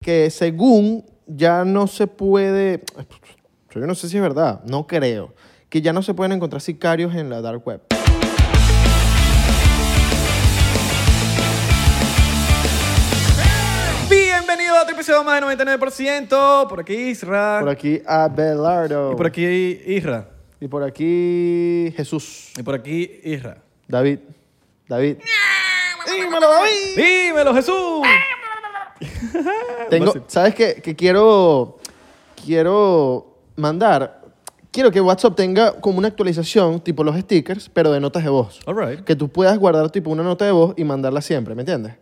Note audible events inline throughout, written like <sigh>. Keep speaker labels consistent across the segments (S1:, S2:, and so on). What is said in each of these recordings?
S1: que según ya no se puede, yo no sé si es verdad, no creo, que ya no se pueden encontrar sicarios en la dark web.
S2: Bienvenido a otro episodio más de 99%. Por aquí Isra.
S1: Por aquí Abelardo.
S2: Y por aquí Isra.
S1: Y por aquí Jesús.
S2: Y por aquí Isra.
S1: David. David.
S2: Dímelo, David. Dímelo, Jesús.
S1: Tengo,
S2: Vas-
S1: ¿Sabes qué? Que quiero, quiero mandar. Quiero que WhatsApp tenga como una actualización, tipo los stickers, pero de notas de voz.
S2: All right.
S1: Que tú puedas guardar tipo una nota de voz y mandarla siempre, ¿me entiendes?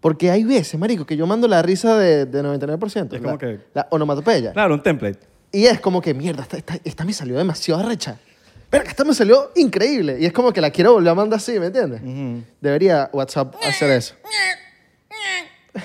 S1: Porque hay veces, marico, que yo mando la risa de, de 99%.
S2: Es como
S1: la,
S2: que-
S1: La onomatopeya.
S2: Claro, un template.
S1: Y es como que, mierda, esta, esta- esta me salió demasiado arrecha. Pero esta me salió increíble. Y es como que la quiero volver a mandar así, ¿me entiendes? Debería WhatsApp hacer eso. <laughs>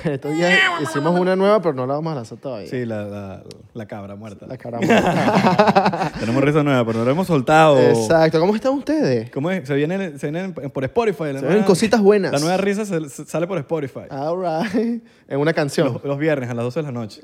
S1: Estos días hicimos una nueva, pero no la vamos a lanzar todavía.
S2: Sí, la, la, la cabra muerta.
S1: La caramba.
S2: <laughs> Tenemos risa nueva, pero no la hemos soltado.
S1: Exacto. ¿Cómo están ustedes?
S2: ¿Cómo es? Se vienen, se vienen por Spotify. la
S1: Se vienen cositas buenas. Ah,
S2: La nueva risa se- se- sale por Spotify.
S1: All right. <laughs> En una canción.
S2: Los, los viernes a las 12 de
S1: <laughs>
S2: la noche.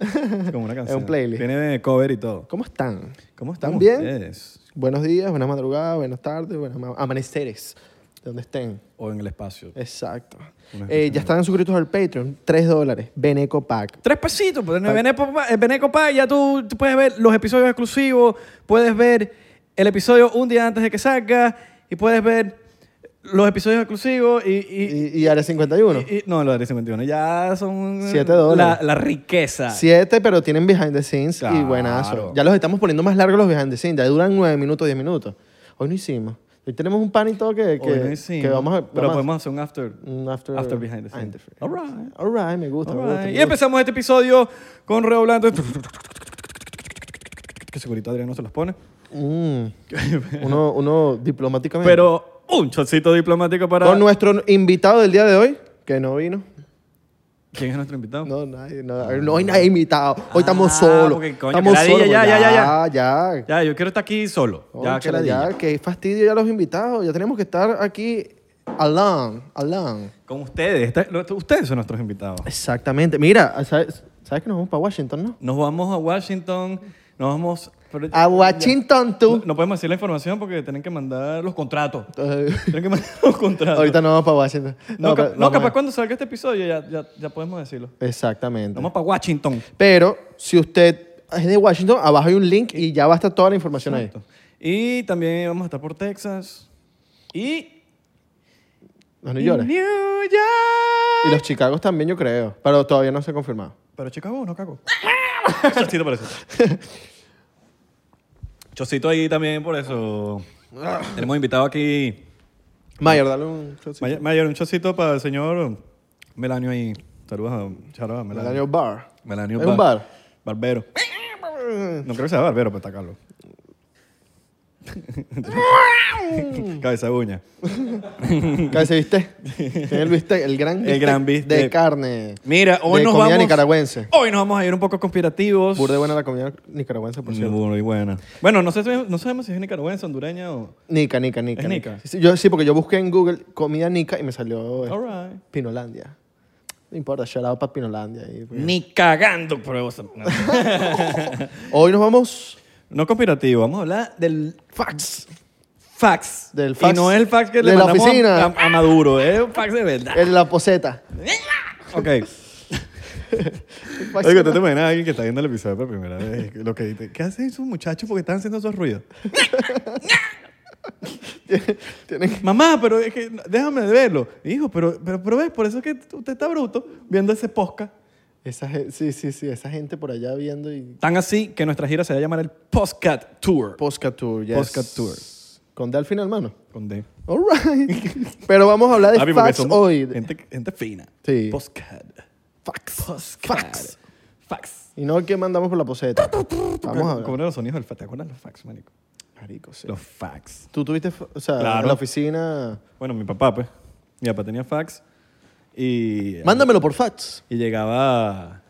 S2: Como una canción.
S1: playlist.
S2: Tiene de cover y todo.
S1: ¿Cómo están?
S2: ¿Cómo estamos?
S1: ¿Bien?
S2: ustedes?
S1: Buenos días, buenas madrugadas, buenas tardes, buenas ma- amaneceres. De donde estén.
S2: O en el espacio.
S1: Exacto.
S2: Una
S1: Eh, ya están suscritos al Patreon. 3 dólares. Beneco Pack.
S2: Tres pesitos. pues, En el Beneco Pa- en Beneco Pa ya tú, tú puedes ver los episodios exclusivos, puedes ver el episodio un día antes de que salga y puedes ver los episodios exclusivos y... y,
S1: Y, y Área 51.
S2: y- y- no, lo de 21. Ya son...
S1: Siete dólares.
S2: La, la riqueza.
S1: Siete, pero tienen behind the scenes y
S2: Claro.
S1: buenazo. Ya los estamos poniendo más largos los behind the scenes. Ya duran nueve minutos, diez minutos. Hoy no hicimos. Hoy tenemos un pan y todo que, que,
S2: Hoy no hicimos,
S1: que vamos a...
S2: Pero
S1: vamos
S2: podemos hacer un after...
S1: a- un after,
S2: after behind the
S1: behind
S2: scenes. All right.
S1: All right, me gusta, me
S2: All
S1: gusta,
S2: right.
S1: me
S2: Y
S1: gusta.
S2: empezamos este episodio con redoblando. Que segurito Adrián no se los pone. <laughs>
S1: Mm. uno, uno diplomáticamente.
S2: Pero un chocito diplomático para.
S1: Con nuestro invitado del día de hoy, que no vino.
S2: ¿Quién es nuestro invitado?
S1: No, nadie, no, no hay nadie invitado. Hoy estamos
S2: Ah,
S1: solos.
S2: porque, coño,
S1: estamos
S2: que la
S1: solos.
S2: diga, ya, ya,
S1: ya.
S2: ya,
S1: ya.
S2: Ya, yo quiero estar aquí solo. ya, que la
S1: Cónchale,
S2: diga.
S1: ya, que fastidio ya los invitados. Ya tenemos que estar aquí alone, alone.
S2: Con ustedes. Está- lo- ustedes son nuestros invitados.
S1: Exactamente. Mira, ¿sabes, sabes que nos vamos para Washington, no?
S2: Nos vamos a Washington. Nos vamos. pero-
S1: A Washington, Ah, tú.
S2: <laughs> No, no podemos decir la información porque tienen que mandar los contratos.
S1: Eh,
S2: Tienen que mandar los contratos.
S1: Ahorita no vamos para Washington.
S2: No,
S1: pero
S2: cap- no,
S1: vamos a-
S2: capaz cuando salga este episodio ya, ya, ya podemos decirlo.
S1: Exactamente.
S2: Vamos para Washington.
S1: Pero si usted es de Washington, abajo hay un link y ya va a estar toda la información ahí.
S2: Exacto. Y también vamos a estar por Texas. Y.
S1: Los New York.
S2: y New York.
S1: Y los Chicagos también, yo creo. Pero todavía no se ha confirmado.
S2: Pero Chicago
S1: <laughs>
S2: no cago. Chocito por eso. Chocito ahí también por eso.
S1: Ah.
S2: Tenemos invitado aquí.
S1: Mayor, dale un shotcito.
S2: Mayor, Mayor, un chocito para el señor Melanio ahí. Saludos a, shout out a Melanio.
S1: Melanio Bar.
S2: Melanio
S1: ¿Es un
S2: Bar-
S1: bar?
S2: Barbero. No creo que sea barbero, pero está
S1: <laughs>
S2: Carlos. Cabeza de uña. <laughs>
S1: ¿Cabeza viste? el bistec, el gran bistec,
S2: El gran
S1: de
S2: bistec.
S1: carne.
S2: Mira, hoy
S1: de
S2: nos
S1: comida
S2: vamos.
S1: nicaragüense.
S2: Hoy nos vamos a ir un poco conspirativos.
S1: Burde buena la comida nicaragüense,
S2: Mm.
S1: por cierto.
S2: Muy buena. Bueno, no, sé, no sabemos si es nicaragüense, hondureña o.
S1: Nica, nica, nica.
S2: ¿Es
S1: nica.
S2: nica?
S1: Sí, yo, sí, porque yo busqué en Google comida nica y me salió eh,
S2: All right.
S1: Pinolandia. No importa, shout out para Pinolandia. ahí, pues. porque-
S2: Ni cagando pruebas. No,
S1: Hoy nos vamos
S2: No conspirativo, vamos a hablar del
S1: fax.
S2: fax.
S1: Del fax.
S2: Y no es el fax que le
S1: De la
S2: mandamos
S1: oficina.
S2: A, a- a Maduro, es un fax de verdad.
S1: El de la poseta.
S2: ok. <laughs>
S1: Pues
S2: Oiga, ¿tú te imaginas a alguien que está viendo el episodio por primera vez? Lo que dice, ¿qué hacen esos muchachos porque están haciendo esos ruidos?
S1: <laughs> Tienen-
S2: Mamá, pero es que déjame de verlo. Hijo, pero, pero, pero ves, por eso es que usted está bruto viendo ese posca.
S1: esa gen- sí, sí, sí, esa gente por allá viendo y...
S2: Tan así que nuestra gira se va a llamar el Postcat Tour.
S1: Posca Tour, yes.
S2: Postcat Tour.
S1: Con Delfín, hermano.
S2: Con D.
S1: All right. <laughs> Pero vamos a hablar
S2: Ah,
S1: de
S2: porque
S1: fax
S2: somos
S1: hoy.
S2: Gente, gente fina.
S1: Sí.
S2: Postcat.
S1: Fax.
S2: Postcat.
S1: Fax.
S2: Fax.
S1: Y no que mandamos por la poseta. Vamos a
S2: ¿Cómo
S1: hablar.
S2: eran los sonidos del fax? ¿Te acuerdas los fax, marico?
S1: Marico, sí.
S2: Los fax.
S1: Tú tuviste, fa- o sea,
S2: Claro.
S1: en la oficina...
S2: Bueno, mi papá, pues. Mi papá tenía fax y...
S1: Mándamelo por fax.
S2: Y llegaba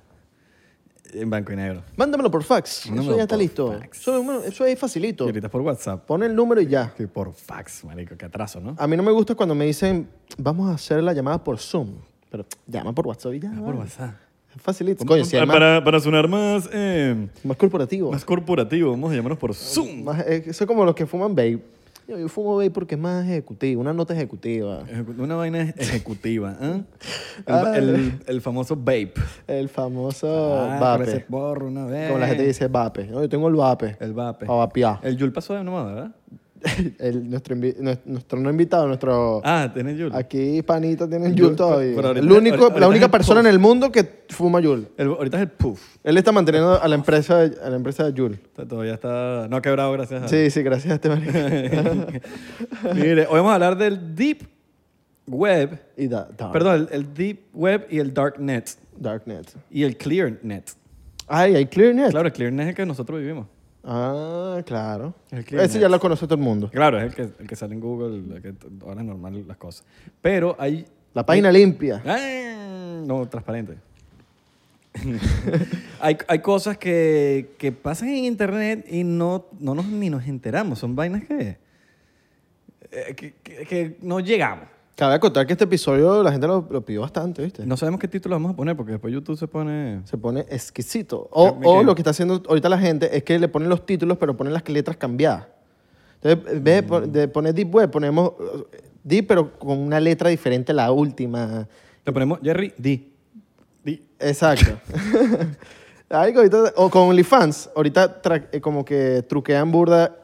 S2: en blanco y negro.
S1: Mándamelo por fax.
S2: Mándamelo
S1: eso ya está
S2: por
S1: listo.
S2: fax.
S1: Eso, bueno, eso ahí es facilito.
S2: Y ahorita es por WhatsApp.
S1: Pon el número y ya.
S2: Que por fax, marico. Qué atraso, ¿no?
S1: A mí no me gusta cuando me dicen, vamos a hacer la llamada por Zoom. Pero llama por WhatsApp y ya.
S2: Ah,
S1: vale.
S2: por WhatsApp. Ah,
S1: Facilito. Coño, si hay más,
S2: para, para sonar más, eh,
S1: más corporativo.
S2: más corporativo, vamos a llamarnos por Zoom.
S1: Más- eh, eso es como los que fuman vape. Yo, yo fumo vape porque es más ejecutivo, una nota ejecutiva.
S2: Ejecu- Una vaina ejecutiva, ¿eh? El,
S1: Ah.
S2: el- el famoso vape.
S1: El famoso
S2: Ah,
S1: vape.
S2: parece porro una vez.
S1: Como la gente dice "Oh, vape. No, yo tengo el vape.
S2: El vape.
S1: Para vapear. <laughs>
S2: El Yul pasó de nomás, ¿verdad?
S1: El- nuestro, invi- nues- nuestro no invitado, nuestro...
S2: Ah, tiene Yul.
S1: Aquí panita tiene el
S2: Yul,
S1: Yul todavía.
S2: pero ahorita-
S1: El único,
S2: ahorita-
S1: la
S2: ahorita
S1: única
S2: es el
S1: persona en
S2: post.
S1: el mundo que fuma Yul.
S2: El- ahorita es el puff.
S1: Él está manteniendo a la empresa, a la empresa de Yul.
S2: Está- Todavía está... No ha quebrado, gracias a...
S1: Sí, sí, gracias a este marico.
S2: <laughs> Mire, hoy vamos a hablar del Deep Web.
S1: Y da- dark,
S2: Perdón, el, el Deep Web y el Dark Net.
S1: Darknet.
S2: Y el Clear Net.
S1: Ay, hay ClearNet.
S2: Claro, el Clear Net es el que nosotros vivimos.
S1: Ah, claro.
S2: El ClearNet.
S1: Ese ya lo conoce todo el mundo.
S2: Claro, es el que, el que sale en Google, el que t- ahora es normal las cosas. Pero hay...
S1: La página limpia.
S2: ¡Ah! No, transparente. <laughs> hay, hay cosas que, que pasan en internet y no, no nos, ni nos enteramos. Son vainas que, eh, que, que- que no llegamos.
S1: Cabe acotar que este episodio la gente lo, lo pidió bastante, ¿viste?
S2: No sabemos qué título vamos a poner porque después YouTube se pone...
S1: Se pone exquisito. O,
S2: Me
S1: o
S2: quedo.
S1: lo que está haciendo ahorita la gente es que le ponen los títulos, pero ponen las letras cambiadas. Entonces, en vez de pon- de poner Deep Web, ponemos eh, Deep, pero con una letra diferente a la última.
S2: Le ponemos Jerry D. D.
S1: Exacto. <laughs> Algo ahorita- o con OnlyFans, ahorita tra- eh, como que truquean burda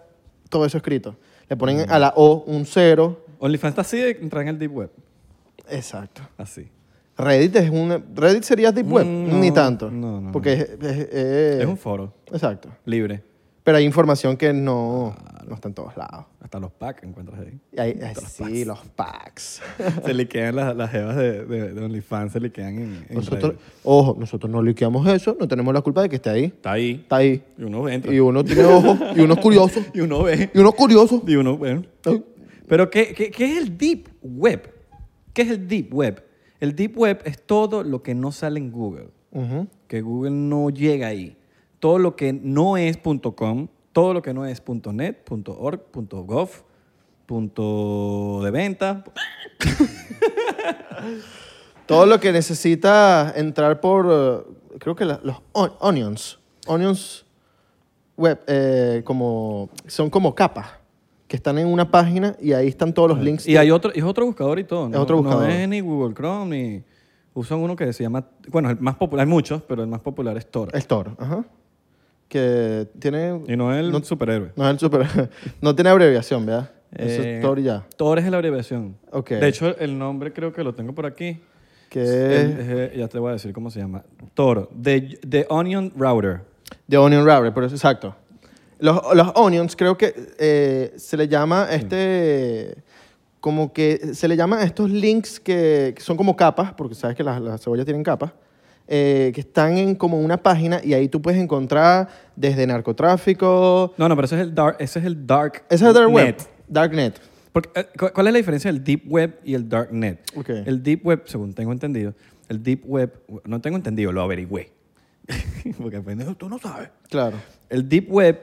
S1: todo eso escrito. Le ponen a la O un cero.
S2: OnlyFans está así de entrar en el Deep Web.
S1: Exacto.
S2: Así.
S1: Reddit es una... Reddit sería Deep Web,
S2: Mm,
S1: ni
S2: no,
S1: tanto.
S2: no, no,
S1: Porque es... es- eh,
S2: Es un foro
S1: Exacto.
S2: libre.
S1: Pero hay información que no, no está en todos lados.
S2: Hasta los packs encuentras ahí. <laughs>
S1: Y hay- hay- sí, los packs.
S2: se le quedan las, las jevas de, de, de OnlyFans, se le quedan en, en
S1: Nosotros,
S2: redes.
S1: ojo, nosotros no liqueamos eso, no tenemos la culpa de que esté ahí.
S2: Está ahí.
S1: Está ahí.
S2: Y uno entra.
S1: Y uno tiene ojos, y uno es curioso,
S2: Y uno ve.
S1: y uno es curioso.
S2: Y uno, bueno.
S1: Ay,
S2: Pero ¿qué, qué, qué es el Deep Web? ¿Qué es el Deep Web? El Deep Web es todo lo que no sale en Google.
S1: ujú.
S2: Que Google no llega ahí. Todo lo que no es .com, todo lo que no es .net, .org, .gov, punto de venta.
S1: Todo lo que necesita entrar por, eh, creo que la- los on- onions, onions web, eh, como, son como capas que están en una página y ahí están todos los links.
S2: Y hay otro, es otro buscador y todo.
S1: Es otro buscador.
S2: No es ni Google Chrome, ni... Usan uno que se llama... Bueno, el más popular, hay muchos, pero el más popular es Tor.
S1: El toro, ajá. Que tiene...
S2: Y no es el
S1: no-
S2: superhéroe.
S1: No es el super. <laughs> no tiene abreviación, ¿verdad? Eso
S2: Eh,
S1: es Thor y ya.
S2: Tor es la abreviación.
S1: Ok.
S2: De hecho, el nombre creo que lo tengo por aquí. El-
S1: Que es
S2: eh, ya te voy a decir cómo se llama. Tor, The, the Onion Router.
S1: The Onion Router, pero es exacto. Los, los onions creo que eh, se le llama este. Como que se le llama a estos links que, que son como capas, porque sabes que las, las cebollas tienen capas, eh, que están en como una página y ahí tú puedes encontrar desde narcotráfico.
S2: No, no, pero ese es el Dark, ese es el dark
S1: Esa es Dark Web.
S2: Net.
S1: Darknet.
S2: Porque, eh, cu- ¿Cuál es la diferencia del Deep Web y el Dark Net?
S1: Ok.
S2: El Deep Web, según tengo entendido, el Deep Web, no tengo entendido, lo averigüé. <laughs> Porque pendejo, tú no sabes.
S1: Claro.
S2: El Deep Web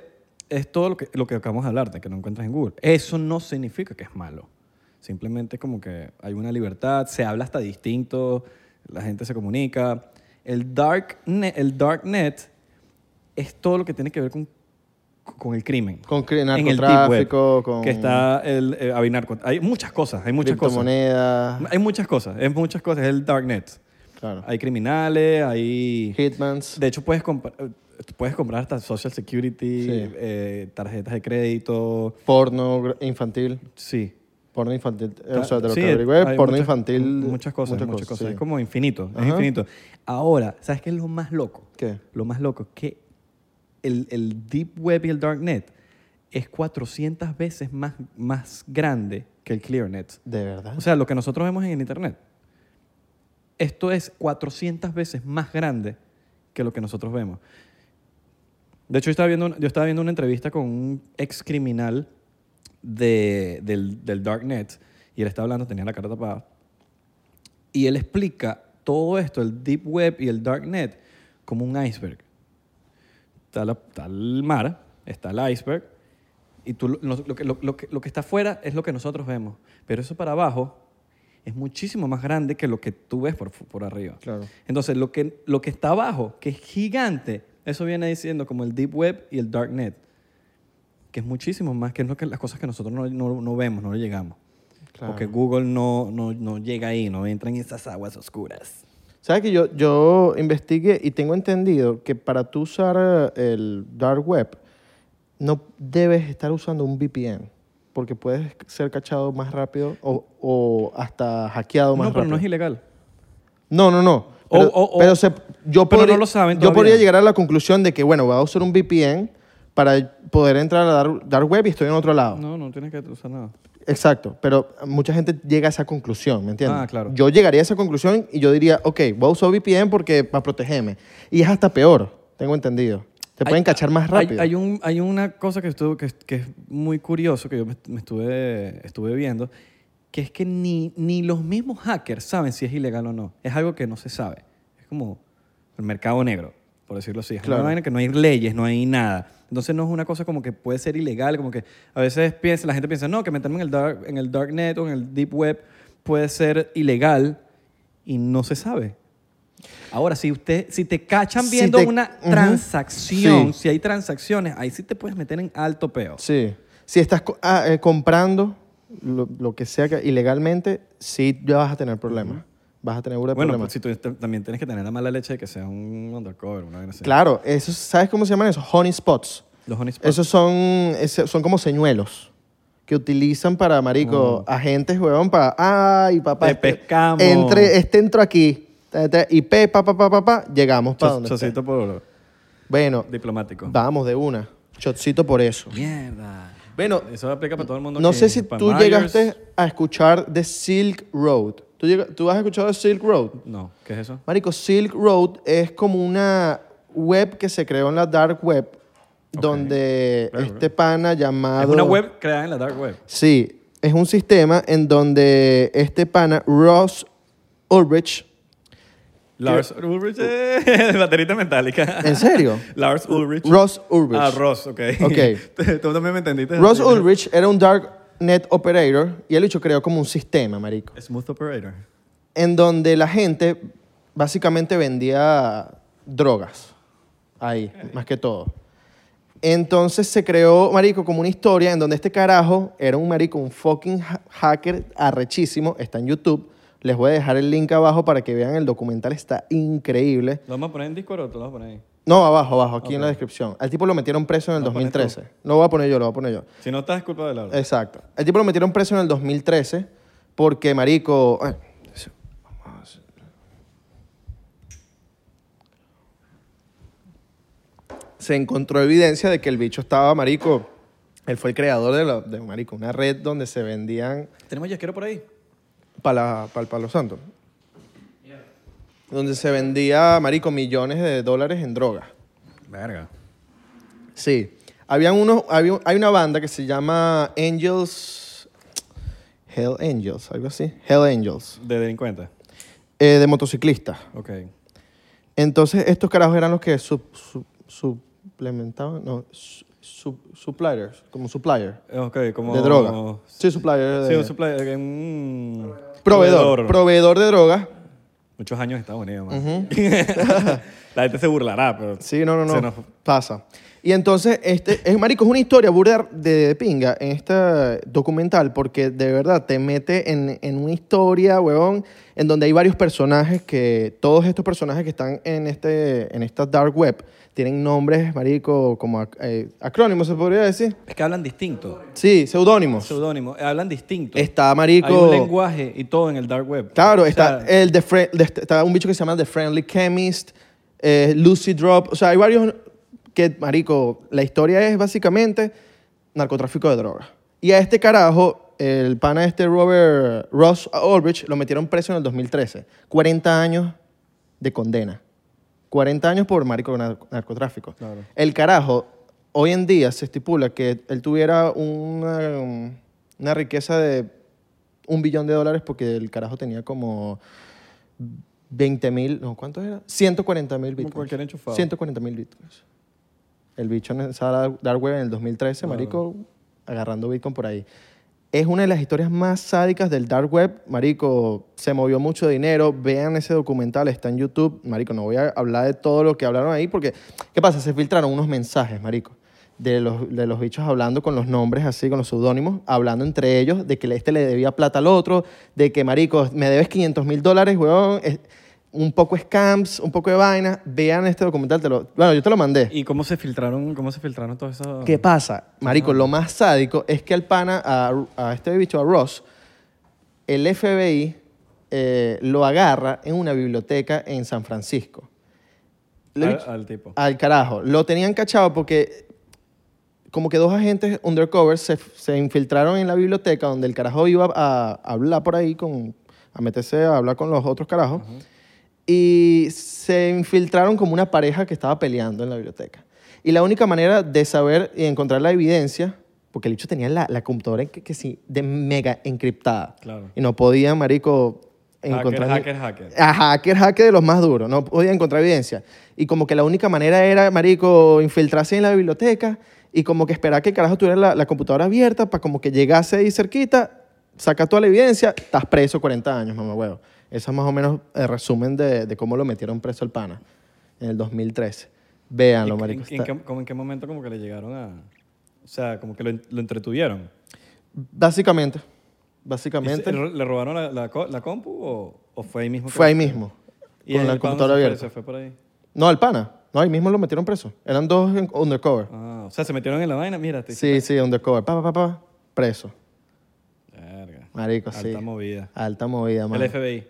S2: es todo lo que, lo que acabamos de hablar, de que no encuentras en Google. Eso no significa que es malo. Simplemente como que hay una libertad, se habla hasta distinto, la gente se comunica. El dark net, el dark net es todo lo que tiene que ver con, con el crimen.
S1: Con cri-
S2: En el Deep Web,
S1: narcotráfico, con
S2: Que está el... eh, hay, narco- hay muchas cosas, hay muchas cosas.
S1: criptomonedas.
S2: Hay muchas cosas, es muchas cosas, es el dark net.
S1: Claro.
S2: Hay criminales, hay...
S1: Hitmans.
S2: De hecho, puedes, compra- eh, puedes comprar hasta Social Security,
S1: Sí.
S2: eh, tarjetas de crédito.
S1: Porno gr- infantil.
S2: Sí.
S1: Porno infantil. eh, O sea, de lo
S2: Sí,
S1: que averigüé,
S2: hay
S1: porno
S2: muchas-
S1: infantil.
S2: mu- Muchas cosas, muchas, cosas.
S1: sí.
S2: Es como infinito, es
S1: Ajá.
S2: infinito. Ahora, ¿sabes qué es lo más loco?
S1: ¿Qué?
S2: Lo más loco que el, el Deep Web y el Dark Net es 400 veces más, más grande que el Clear Net.
S1: De verdad.
S2: O sea, lo que nosotros vemos en el Internet, esto es 400 veces más grande que lo que nosotros vemos. De hecho, yo estaba viendo, un- yo estaba viendo una entrevista con un ex criminal de, del, del Darknet y él estaba hablando, tenía la cara tapada. Y él explica todo esto, el Deep Web y el Darknet, como un iceberg. Está, la- está el mar, está el iceberg, y tú, lo, lo que- lo- lo que, lo que está afuera es lo que nosotros vemos. Pero eso para abajo es muchísimo más grande que lo que tú ves por, fu- por arriba.
S1: Claro.
S2: Entonces, lo que, lo que está abajo, que es gigante, eso viene diciendo como el Deep Web y el Dark Net, que es muchísimo más que, es lo que las cosas que nosotros no, no- no vemos, no llegamos.
S1: Claro.
S2: Porque Google no, no, no llega ahí, no entra en esas aguas oscuras.
S1: ¿Sabes que yo, yo investigué y tengo entendido que para tú usar eh, el dark web no debes estar usando un VPN porque puedes ser cachado más rápido o, o hasta hackeado más
S2: No, pero
S1: rápido.
S2: no es ilegal.
S1: No, no, no.
S2: O-
S1: Pero,
S2: o- o-
S1: pero se- yo,
S2: pero
S1: podría,
S2: no lo saben
S1: yo
S2: todavía.
S1: podría llegar a la conclusión de que, bueno, voy a usar un VPN para poder entrar a dar, dark web y estoy en otro lado.
S2: No, no tienes que usar nada.
S1: Exacto, pero mucha gente llega a esa conclusión, ¿me entiendes?
S2: Ah, claro.
S1: Yo llegaría a esa conclusión y yo diría, ok, voy a usar VPN porque para protegerme. Y es hasta peor, tengo entendido. Te pueden cachar más
S2: Hay-
S1: rápido.
S2: Hay, un, hay una cosa que, estuvo, que, es- que es muy curioso que yo me, me estuve, estuve viendo, que es que ni, ni los mismos hackers saben si es ilegal o no. Es algo que no se sabe. Es como el mercado negro, por decirlo así. Es
S1: Claro.
S2: una vaina que no hay leyes, no hay nada. Entonces no es una cosa como que puede ser ilegal, como que a veces piensa, la gente piensa, no, que meterme en el dark, en el dark net o en el deep web puede ser ilegal y no se sabe. Ahora, si usted, si te cachan
S1: Si
S2: viendo
S1: te-
S2: una
S1: Ujú.
S2: transacción,
S1: Sí.
S2: si hay transacciones, ahí sí te puedes meter en alto peo.
S1: Sí. Si estás co- ah, eh, comprando lo, lo que sea que- ilegalmente, sí ya vas a tener problemas. Vas a tener burda de
S2: Bueno,
S1: problemas.
S2: pues si tú te- también tienes que tener la mala leche de que sea un undercover, una vaina así.
S1: Claro, eso, ¿sabes cómo se llaman esos? Honey spots.
S2: Los honey spots.
S1: Esos son, ese- son como señuelos que utilizan para, marico, agentes, huevón, para, ay, papá. este,
S2: Te Mm. pescamos.
S1: Entre, este entro aquí, ta, ta, y pe, pa, pa, pa, pa, pa, llegamos para
S2: Cho-
S1: donde esté.
S2: Chocito por
S1: Bueno,
S2: diplomático.
S1: vamos de una. Chocito por eso.
S2: Mierda.
S1: Bueno,
S2: Eso aplica para todo el mundo.
S1: no
S2: que-
S1: sé si
S2: para
S1: tú
S2: Myers.
S1: llegaste a escuchar de Silk Road. ¿Tú, llega- ¿Tú has escuchado de Silk Road?
S2: No, ¿qué es eso?
S1: Marico, Silk Road es como una web que se creó en la dark web donde
S2: Claro,
S1: este pana llamado...
S2: Es una web creada en la dark web.
S1: Sí, es un sistema en donde este pana, Ross Ulrich,
S2: Lars Ulrich, <laughs> eh, baterita metálica.
S1: ¿en serio?
S2: <laughs> Lars Ulrich.
S1: Ross Ulrich.
S2: Ah, Ross, ok.
S1: Ok.
S2: <laughs> tú también me entendiste.
S1: Ross Ulrich era un dark net operator y el hecho creó como un sistema, marico,
S2: Smooth Operator.
S1: en donde la gente básicamente vendía drogas ahí, más que todo. Entonces se creó, marico, como una historia en donde este carajo era un marico, un fucking ha- hacker arrechísimo, está en YouTube. Les voy a dejar el link abajo para que vean el documental, está increíble.
S2: ¿Lo vamos a poner en Discord o tú lo vas a poner ahí?
S1: No, abajo, abajo, aquí en la descripción. Al tipo lo metieron preso en el
S2: Lo pones
S1: 2013. Lo voy a poner yo, lo voy a poner yo.
S2: Si no estás, es culpa de Laura.
S1: Exacto. Al tipo lo metieron preso en el 2013 porque, marico... ay, sí, vamos a hacer- Se encontró evidencia de que el bicho estaba, marico... Él fue el creador de, la- de marico, una red donde se vendían
S2: ¿Tenemos yesquero por ahí?
S1: para Palo Santo. Donde se vendía, marico, millones de dólares en drogas.
S2: Verga.
S1: Sí. Habían unos, había- hay una banda que se llama Angels. Hell Angels, algo así. Hell Angels.
S2: De delincuente.
S1: eh, de motociclistas.
S2: Ok.
S1: Entonces, estos carajos eran los que sub- sub- suplementaban. No, su- sub- suppliers. Como supplier.
S2: Ok, como...
S1: de droga. Sí, supplier. De,
S2: Sí, un supply... eh, un
S1: proveedor. Proveedor de drogas.
S2: Muchos años en Estados Unidos, man. <laughs> La gente se burlará, pero...
S1: Sí, no, no,
S2: se
S1: no.
S2: nos-
S1: Pasa. Y entonces, este, es, marico, es una historia burda de, de pinga en este documental porque de verdad te mete en, en una historia, huevón, en donde hay varios personajes que, todos estos personajes que están en, este, en esta dark web, tienen nombres, marico, como ac- eh, acrónimos, se podría decir.
S2: Es que hablan distinto.
S1: Sí, seudónimos.
S2: Seudónimo. eh, Hablan distinto.
S1: Está,
S2: Hay un
S1: marico...
S2: lenguaje y todo en el dark web.
S1: Claro,
S2: O sea,
S1: está, el de Fre- de- este, está un bicho que se llama The Friendly Chemist, eh, Lucy Drop. O sea, hay varios que, marico, la historia es básicamente narcotráfico de drogas. Y a este carajo, el pana este Robert Ross Ulrich, lo metieron preso en el 2013. 40 años de condena. 40 años por marico nar- narcotráfico.
S2: Claro.
S1: El carajo, hoy en día se estipula que él tuviera una, una riqueza de un billón de dólares porque el carajo tenía como 20 mil, no, ¿cuánto era? 140 mil bitcoins.
S2: cualquier enchufado.
S1: 140 mil bitcoins. El bicho en esa dark web en el 2013, marico, agarrando bitcoin por ahí. Es una de las historias más sádicas del dark web. Marico, se movió mucho dinero. Vean ese documental, está en YouTube. Marico, no voy a hablar de todo lo que hablaron ahí porque, ¿qué pasa? Se filtraron unos mensajes, Marico, de los, de los bichos hablando con los nombres así, con los seudónimos, hablando entre ellos de que este le debía plata al otro, de que, Marico, me debes 500 mil dólares, weón. Es- un poco scams, un poco de vaina. Vean este documental. Te lo, bueno, yo te lo mandé.
S2: ¿Y cómo se filtraron, cómo se filtraron todos esos...?
S1: ¿Qué pasa? Marico, lo más sádico es que al pana, a, a este bicho, a Ross, el FBI eh, lo agarra en una biblioteca en San Francisco. Lo
S2: Al,
S1: bicho-
S2: al tipo.
S1: al carajo. Lo tenían cachado porque como que dos agentes undercover se, se infiltraron en la biblioteca donde el carajo iba a, a hablar por ahí, con, a meterse a hablar con los otros carajos. Y se infiltraron como una pareja que estaba peleando en la biblioteca. Y la única manera de saber y encontrar la evidencia, porque el bicho tenía la, la computadora que, que sí, de mega encriptada.
S2: Claro.
S1: Y no podía, marico,
S2: Hacker,
S1: encontrar...
S2: hacker, hacker.
S1: A hacker, hacker de los más duros. No podía encontrar evidencia. Y como que la única manera era, marico, infiltrarse en la biblioteca y como que esperar que el carajo tuviera la, la computadora abierta para como que llegase ahí cerquita, saca toda la evidencia, estás preso 40 años, mamá huevo. Ese es más o menos el resumen de, de cómo lo metieron preso al pana en el 2013. Véanlo,
S2: ¿En-
S1: marico.
S2: en,
S1: está-
S2: en qué, como en qué momento como que le llegaron a...? O sea, como que lo, en- lo entretuvieron.
S1: Básicamente,
S2: ¿Y se-
S1: básicamente
S2: ¿Le robaron la, la co- la compu o, o fue ahí mismo? que-
S1: fue ahí mismo,
S2: ¿Y
S1: con
S2: el
S1: la
S2: pan
S1: computadora
S2: se fue-
S1: abierta.
S2: Se fue por ahí.
S1: No, al pana. No, ahí mismo lo metieron preso. Eran dos en- undercover.
S2: Ah, o sea, se metieron en la vaina, mira. te-
S1: Sí, sí, undercover. Pa, pa, pa, pa. Preso.
S2: Verga.
S1: Marico,
S2: Alta
S1: sí.
S2: movida.
S1: Alta movida, mano.
S2: El FBI.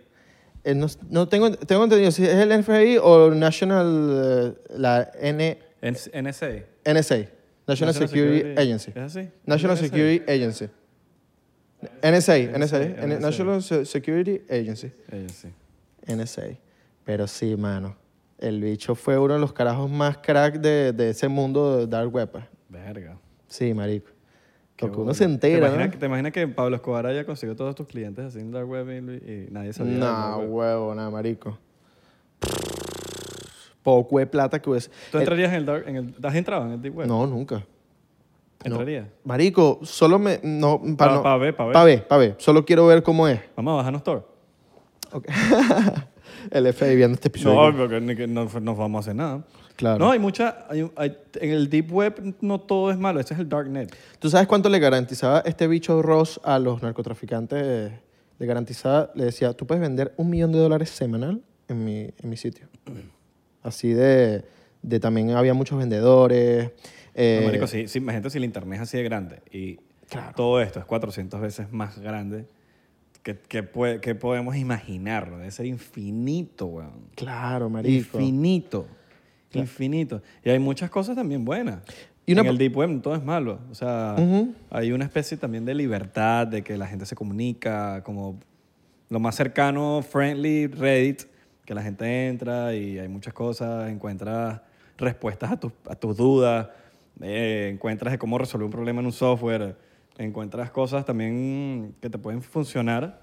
S1: Eh, no, no tengo, tengo entendido si es el FBI o National, eh, la N,
S2: N- NSA.
S1: NSA. National, Security, Agency.
S2: ¿Es así?
S1: National
S2: NSA.
S1: Security Agency. NSA, NSA,
S2: NSA.
S1: N- National Se- Security Agency.
S2: Agency.
S1: NSA. Pero sí, mano. El bicho fue uno de los carajos más crack de, de ese mundo de Dark Web. pues.
S2: Verga.
S1: Sí, marico.
S2: Qué
S1: Lo que
S2: bola.
S1: uno se entera,
S2: ¿Te
S1: ¿no?
S2: imaginas, que- te imaginas que Pablo Escobar haya conseguido todos tus clientes así en Dark Web y, y nadie sabía? de
S1: No,
S2: Dark Web?
S1: huevo, nada, marico. Poco de plata que hubiese.
S2: ¿Tú
S1: El-
S2: entrarías en el Dark en el, ¿Has entrado en el Deep Web?
S1: Eh, No, nunca. no.
S2: ¿Entrarías?
S1: Marico, solo me. No, para
S2: Pa-
S1: no,
S2: pa' ver, pa' ver.
S1: Pa' ver, pa' ver. Solo quiero ver cómo es.
S2: Vamos a bajarnos Tor.
S1: Ok. <laughs> el FBI viendo este episodio.
S2: No, porque ni que- no, no vamos a hacer nada.
S1: Claro.
S2: No, hay mucha... hay- hay- en el Deep Web no todo es malo. Ese es el Dark Net.
S1: ¿Tú sabes cuánto le garantizaba este bicho Ross a los narcotraficantes? Le garantizaba, le decía, tú puedes vender un millón de dólares semanal en mi, en mi sitio. <clears throat> Así de, de también había muchos vendedores. eh,
S2: No, marico, sí, sí, imagínate si el internet es así de grande y todo esto es 400 veces más grande que, que, puede- que podemos imaginar. Debe ser infinito, weón.
S1: Claro, marico.
S2: Infinito. Infinito. Y hay muchas cosas también buenas.
S1: Y una
S2: en
S1: po-
S2: el Deep Web no todo es malo. O sea,
S1: Ujú.
S2: hay una especie también de libertad, de que la gente se comunica, como lo más cercano, friendly, Reddit, que la gente entra y hay muchas cosas, encuentras respuestas a tus, a tus dudas, eh, encuentras de cómo resolver un problema en un software, encuentras cosas también que te pueden funcionar,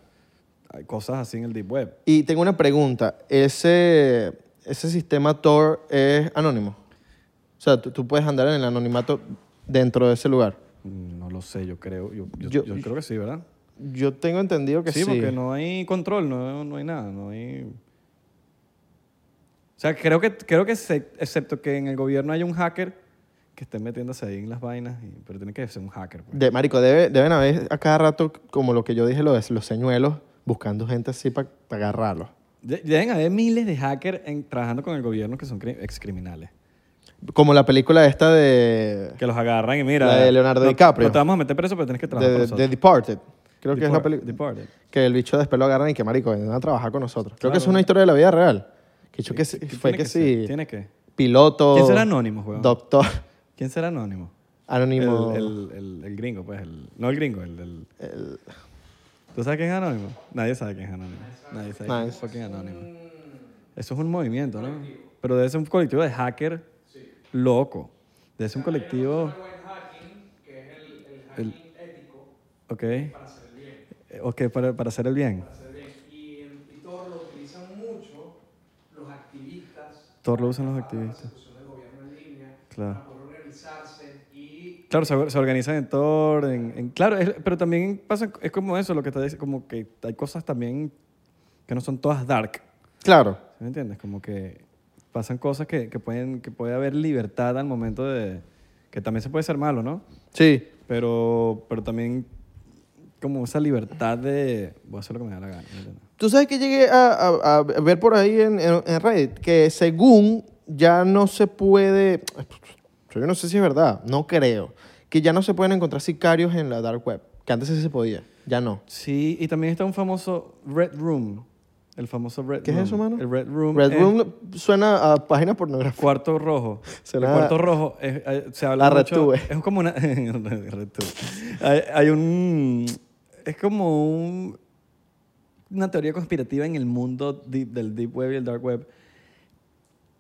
S2: hay cosas así en el Deep Web.
S1: Y tengo una pregunta. ¿Ese, ese sistema Tor es anónimo? O sea, tú, tú puedes andar en el anonimato dentro de ese lugar.
S2: No lo sé, yo creo. Yo, yo-
S1: Yo-
S2: yo creo que sí, ¿verdad?
S1: Yo tengo entendido que
S2: Sí,
S1: sí.
S2: porque no hay control, no, no hay nada, no hay... O sea, creo que, creo que se- excepto que en el gobierno hay un hacker que esté metiéndose ahí en las vainas, y- pero tiene que ser un hacker. pues.
S1: De, marico, debe- deben haber a cada rato, como lo que yo dije, lo de los señuelos, buscando gente así para agarrarlos.
S2: De- deben haber miles de hackers en- trabajando con el gobierno que son cri- excriminales.
S1: Como la película esta de,
S2: Que los agarran y mira...
S1: La de Leonardo
S2: no-
S1: DiCaprio.
S2: No te vamos a meter preso, pero tienes que
S1: de,
S2: trabajar con
S1: de
S2: nosotros.
S1: Departed. Creo que es la
S2: Depart-
S1: película.
S2: Departed.
S1: Que el bicho después lo agarran y que, marico, van a trabajar con nosotros. Creo que es
S2: Claro.
S1: una historia de la vida real. Que, yo que sí-
S2: ¿Qué
S1: fue
S2: tiene
S1: que,
S2: ser?
S1: sí,
S2: Tiene que...
S1: piloto...
S2: ¿Quién será anónimo, weón?
S1: Doctor. <laughs>
S2: ¿Quién será anónimo?
S1: Anónimo.
S2: El, el- el- el gringo, pues. El, no el gringo, el, el- ¿Tú sabes quién es anónimo? Nadie sabe quién es anónimo. Nadie sabe quién es
S1: Nice.
S2: fucking anónimo. Eso es un movimiento, ¿no? Pero debe ser un colectivo de hacker loco. Debe ser un colectivo... El Ok. Eh, Ok, para, para hacer el bien.
S3: Y, en- y todo lo utilizan mucho los activistas
S2: Todo lo usan los activistas.
S3: del gobierno en línea
S2: Claro.
S3: para poder organizarse y y
S2: Claro, se, or- se organizan en Tor, en, en- claro, es- pero también pasa, es como eso, lo que te dice, como que hay cosas también que no son todas dark,
S1: Claro.
S2: ¿sí ¿me entiendes? Como que pasan cosas que, que pueden, que puede haber libertad al momento de, que también se puede ser malo, ¿no?
S1: Sí.
S2: Pero, pero también como esa libertad de, voy a hacer lo que me da la gana, ¿me entiendes?
S1: Tú sabes que llegué a, a- a ver por ahí en, en- en Reddit que según ya no se puede, yo no sé si es verdad, no creo, que ya no se pueden encontrar sicarios en la dark web, que antes sí se podía, ya no.
S2: Sí, y también está un famoso Red Room, el famoso Red
S1: ¿Qué es
S2: Room.
S1: eso, mano?
S2: Mm, El Red Room.
S1: Red
S2: es-
S1: Room suena a página pornográfica.
S2: Cuarto rojo.
S1: Será-
S2: El cuarto rojo es- eh, se habla
S1: La
S2: mucho-
S1: retuve.
S2: Es como una <laughs> retuve. Hay, hay un es como un- una teoría conspirativa en el mundo deep- del deep web y el dark web.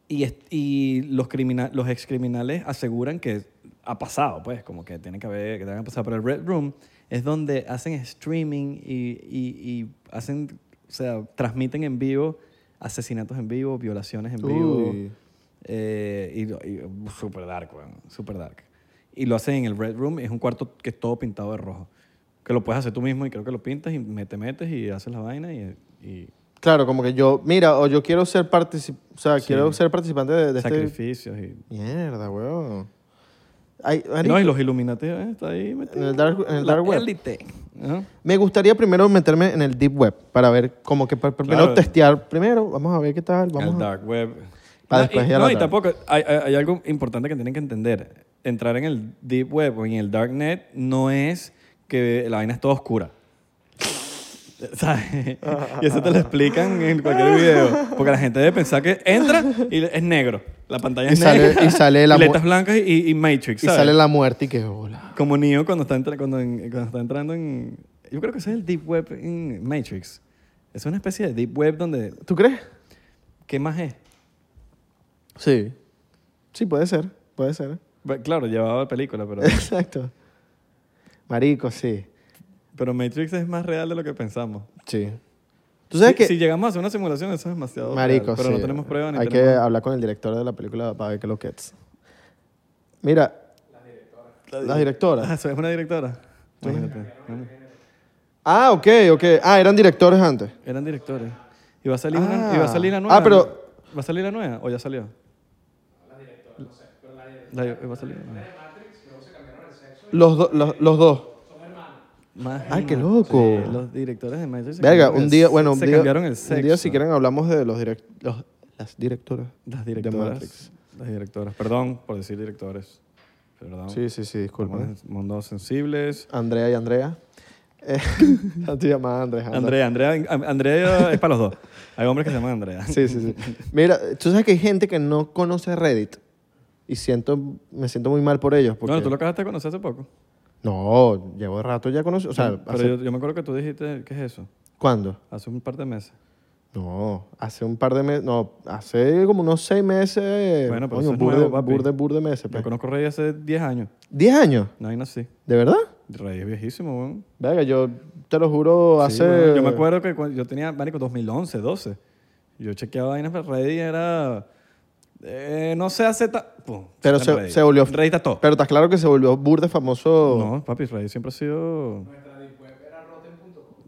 S2: Y, es- y los, crimina- los ex criminales aseguran que ha pasado, pues, como que tiene que haber, que tengan que pasar. Pero el Red Room es donde hacen streaming y, y- y hacen, o sea, transmiten en vivo asesinatos en vivo, violaciones en vivo.
S1: Uy.
S2: Eh, y, lo- y, uh, super dark, weón, super dark. Y lo hacen en el Red Room, es un cuarto que es todo pintado de rojo. Que lo puedes hacer tú mismo y creo que lo pintas y me- te metes y haces la vaina y, y
S1: Claro, como que yo, mira, o yo quiero ser particip o sea, quiero ser participante de, de este...
S2: sacrificios. Y,
S1: Mierda, weón. Ay,
S2: no, y
S1: marico,
S2: los Illuminati eh, está ahí
S1: en
S2: metido.
S1: el dark, en el dark web.
S2: élite. ¿no?
S1: Me gustaría primero meterme en el deep web para ver, como que pa- pa- primero
S2: Claro.
S1: testear primero, vamos a ver qué tal, vamos
S2: El
S1: a...
S2: dark web.
S1: Pa'
S2: No,
S1: después
S2: Ah, y,
S1: ya
S2: no,
S1: la
S2: y
S1: tarde.
S2: tampoco, hay, hay- hay algo importante que tienen que entender. Entrar en el deep web o en el darknet no es que la vaina es toda oscura. <laughs> ¿Sabes? Y eso te lo explican en cualquier video. Porque la gente debe pensar que entra y es negro. La pantalla
S1: Y
S2: es
S1: sale-
S2: negra.
S1: y
S2: <laughs>
S1: sale la mu-
S2: Letras blancas y, y Matrix.
S1: Y
S2: ¿sabes?
S1: sale la muerte y que hola.
S2: Como Neo cuando está, entra- cuando, en- cuando está entrando en... Yo creo que ese es el deep web en Matrix. Es una especie de deep web donde...
S1: ¿Tú crees?
S2: ¿Qué más es?
S1: Sí. Sí, puede ser, puede ser.
S2: Bueno, Claro, llevaba película,
S1: <laughs>
S2: pero,
S1: Exacto. Marico, sí.
S2: pero Matrix es más real de lo que pensamos.
S1: Sí. ¿Tú sabes
S2: si,
S1: que
S2: si llegamos a hacer una simulación, eso es demasiado.
S1: Marico,
S2: real, pero no
S1: sí.
S2: tenemos pruebas ni
S1: Hay que
S2: tenemos-
S1: hablar con el director de la película para ver qué lo que es. Mira. La directora.
S2: <laughs> Ah, ¿so- es una directora. Imagínate.
S1: Ah, ok, ok. Ah, eran directores antes.
S2: Eran directores. Y va a salir,
S1: Ah.
S2: una, y va a salir la nueva.
S1: Ah, pero-
S2: ¿no? ¿Va a salir la nueva o ya salió? La directora, no sé. va a salir la nueva.
S1: Los, do- los, los dos.
S2: Más-
S1: Ay, qué loco.
S2: Sí, los directores de Matrix. se
S1: Verga,
S2: cambiaron
S1: un
S2: el-
S1: día, bueno, un
S2: se
S1: día,
S2: cambiaron el
S1: un
S2: sexo.
S1: día si quieren hablamos de los, direct, los- las directoras.
S2: Las
S1: Matrix.
S2: directoras. Las directoras. Perdón por decir directores. Perdón.
S1: Sí, sí, sí, disculpa.
S2: Somos Mundos sensibles.
S1: Andrea y
S2: <laughs>
S1: Andrea. Eh, <laughs> te llamaba Andrea.
S2: Andrea, Andrea, An- Andrea es para
S1: <laughs>
S2: los dos. Hay hombres que se llaman Andrea.
S1: Sí, sí, sí. Mira, tú sabes que hay gente que no conoce Reddit y siento, me siento muy mal por ellos. Porque...
S2: Bueno, tú lo acabaste de conocer hace poco.
S1: No, llevo rato ya conocí. O sea,
S2: Pero
S1: hace-
S2: yo, yo me acuerdo que tú dijiste, ¿qué es eso?
S1: ¿cuándo?
S2: Hace un par de meses.
S1: No, hace un par de meses, no, hace como unos seis meses.
S2: Bueno, pero
S1: coño,
S2: eso es
S1: burde,
S2: nuevo, papi.
S1: burde, burde meses.
S2: Yo
S1: pues.
S2: conozco a Rey hace 10 años.
S1: ¿Diez años?
S2: No hay nací.
S1: ¿De verdad?
S2: Rey es viejísimo, weón.
S1: Venga, yo te lo juro,
S2: Sí,
S1: hace...
S2: weón. Yo me acuerdo que cuando yo tenía, marico, 2011, 12. Yo chequeaba vainas para Rey y era... eh, no sé, hace... ta- Pum,
S1: Pero
S2: está en
S1: se,
S2: Rey.
S1: se volvió...
S2: Rey está todo.
S1: Pero estás claro que se volvió burde famoso.
S2: No, papi, Rey siempre ha sido...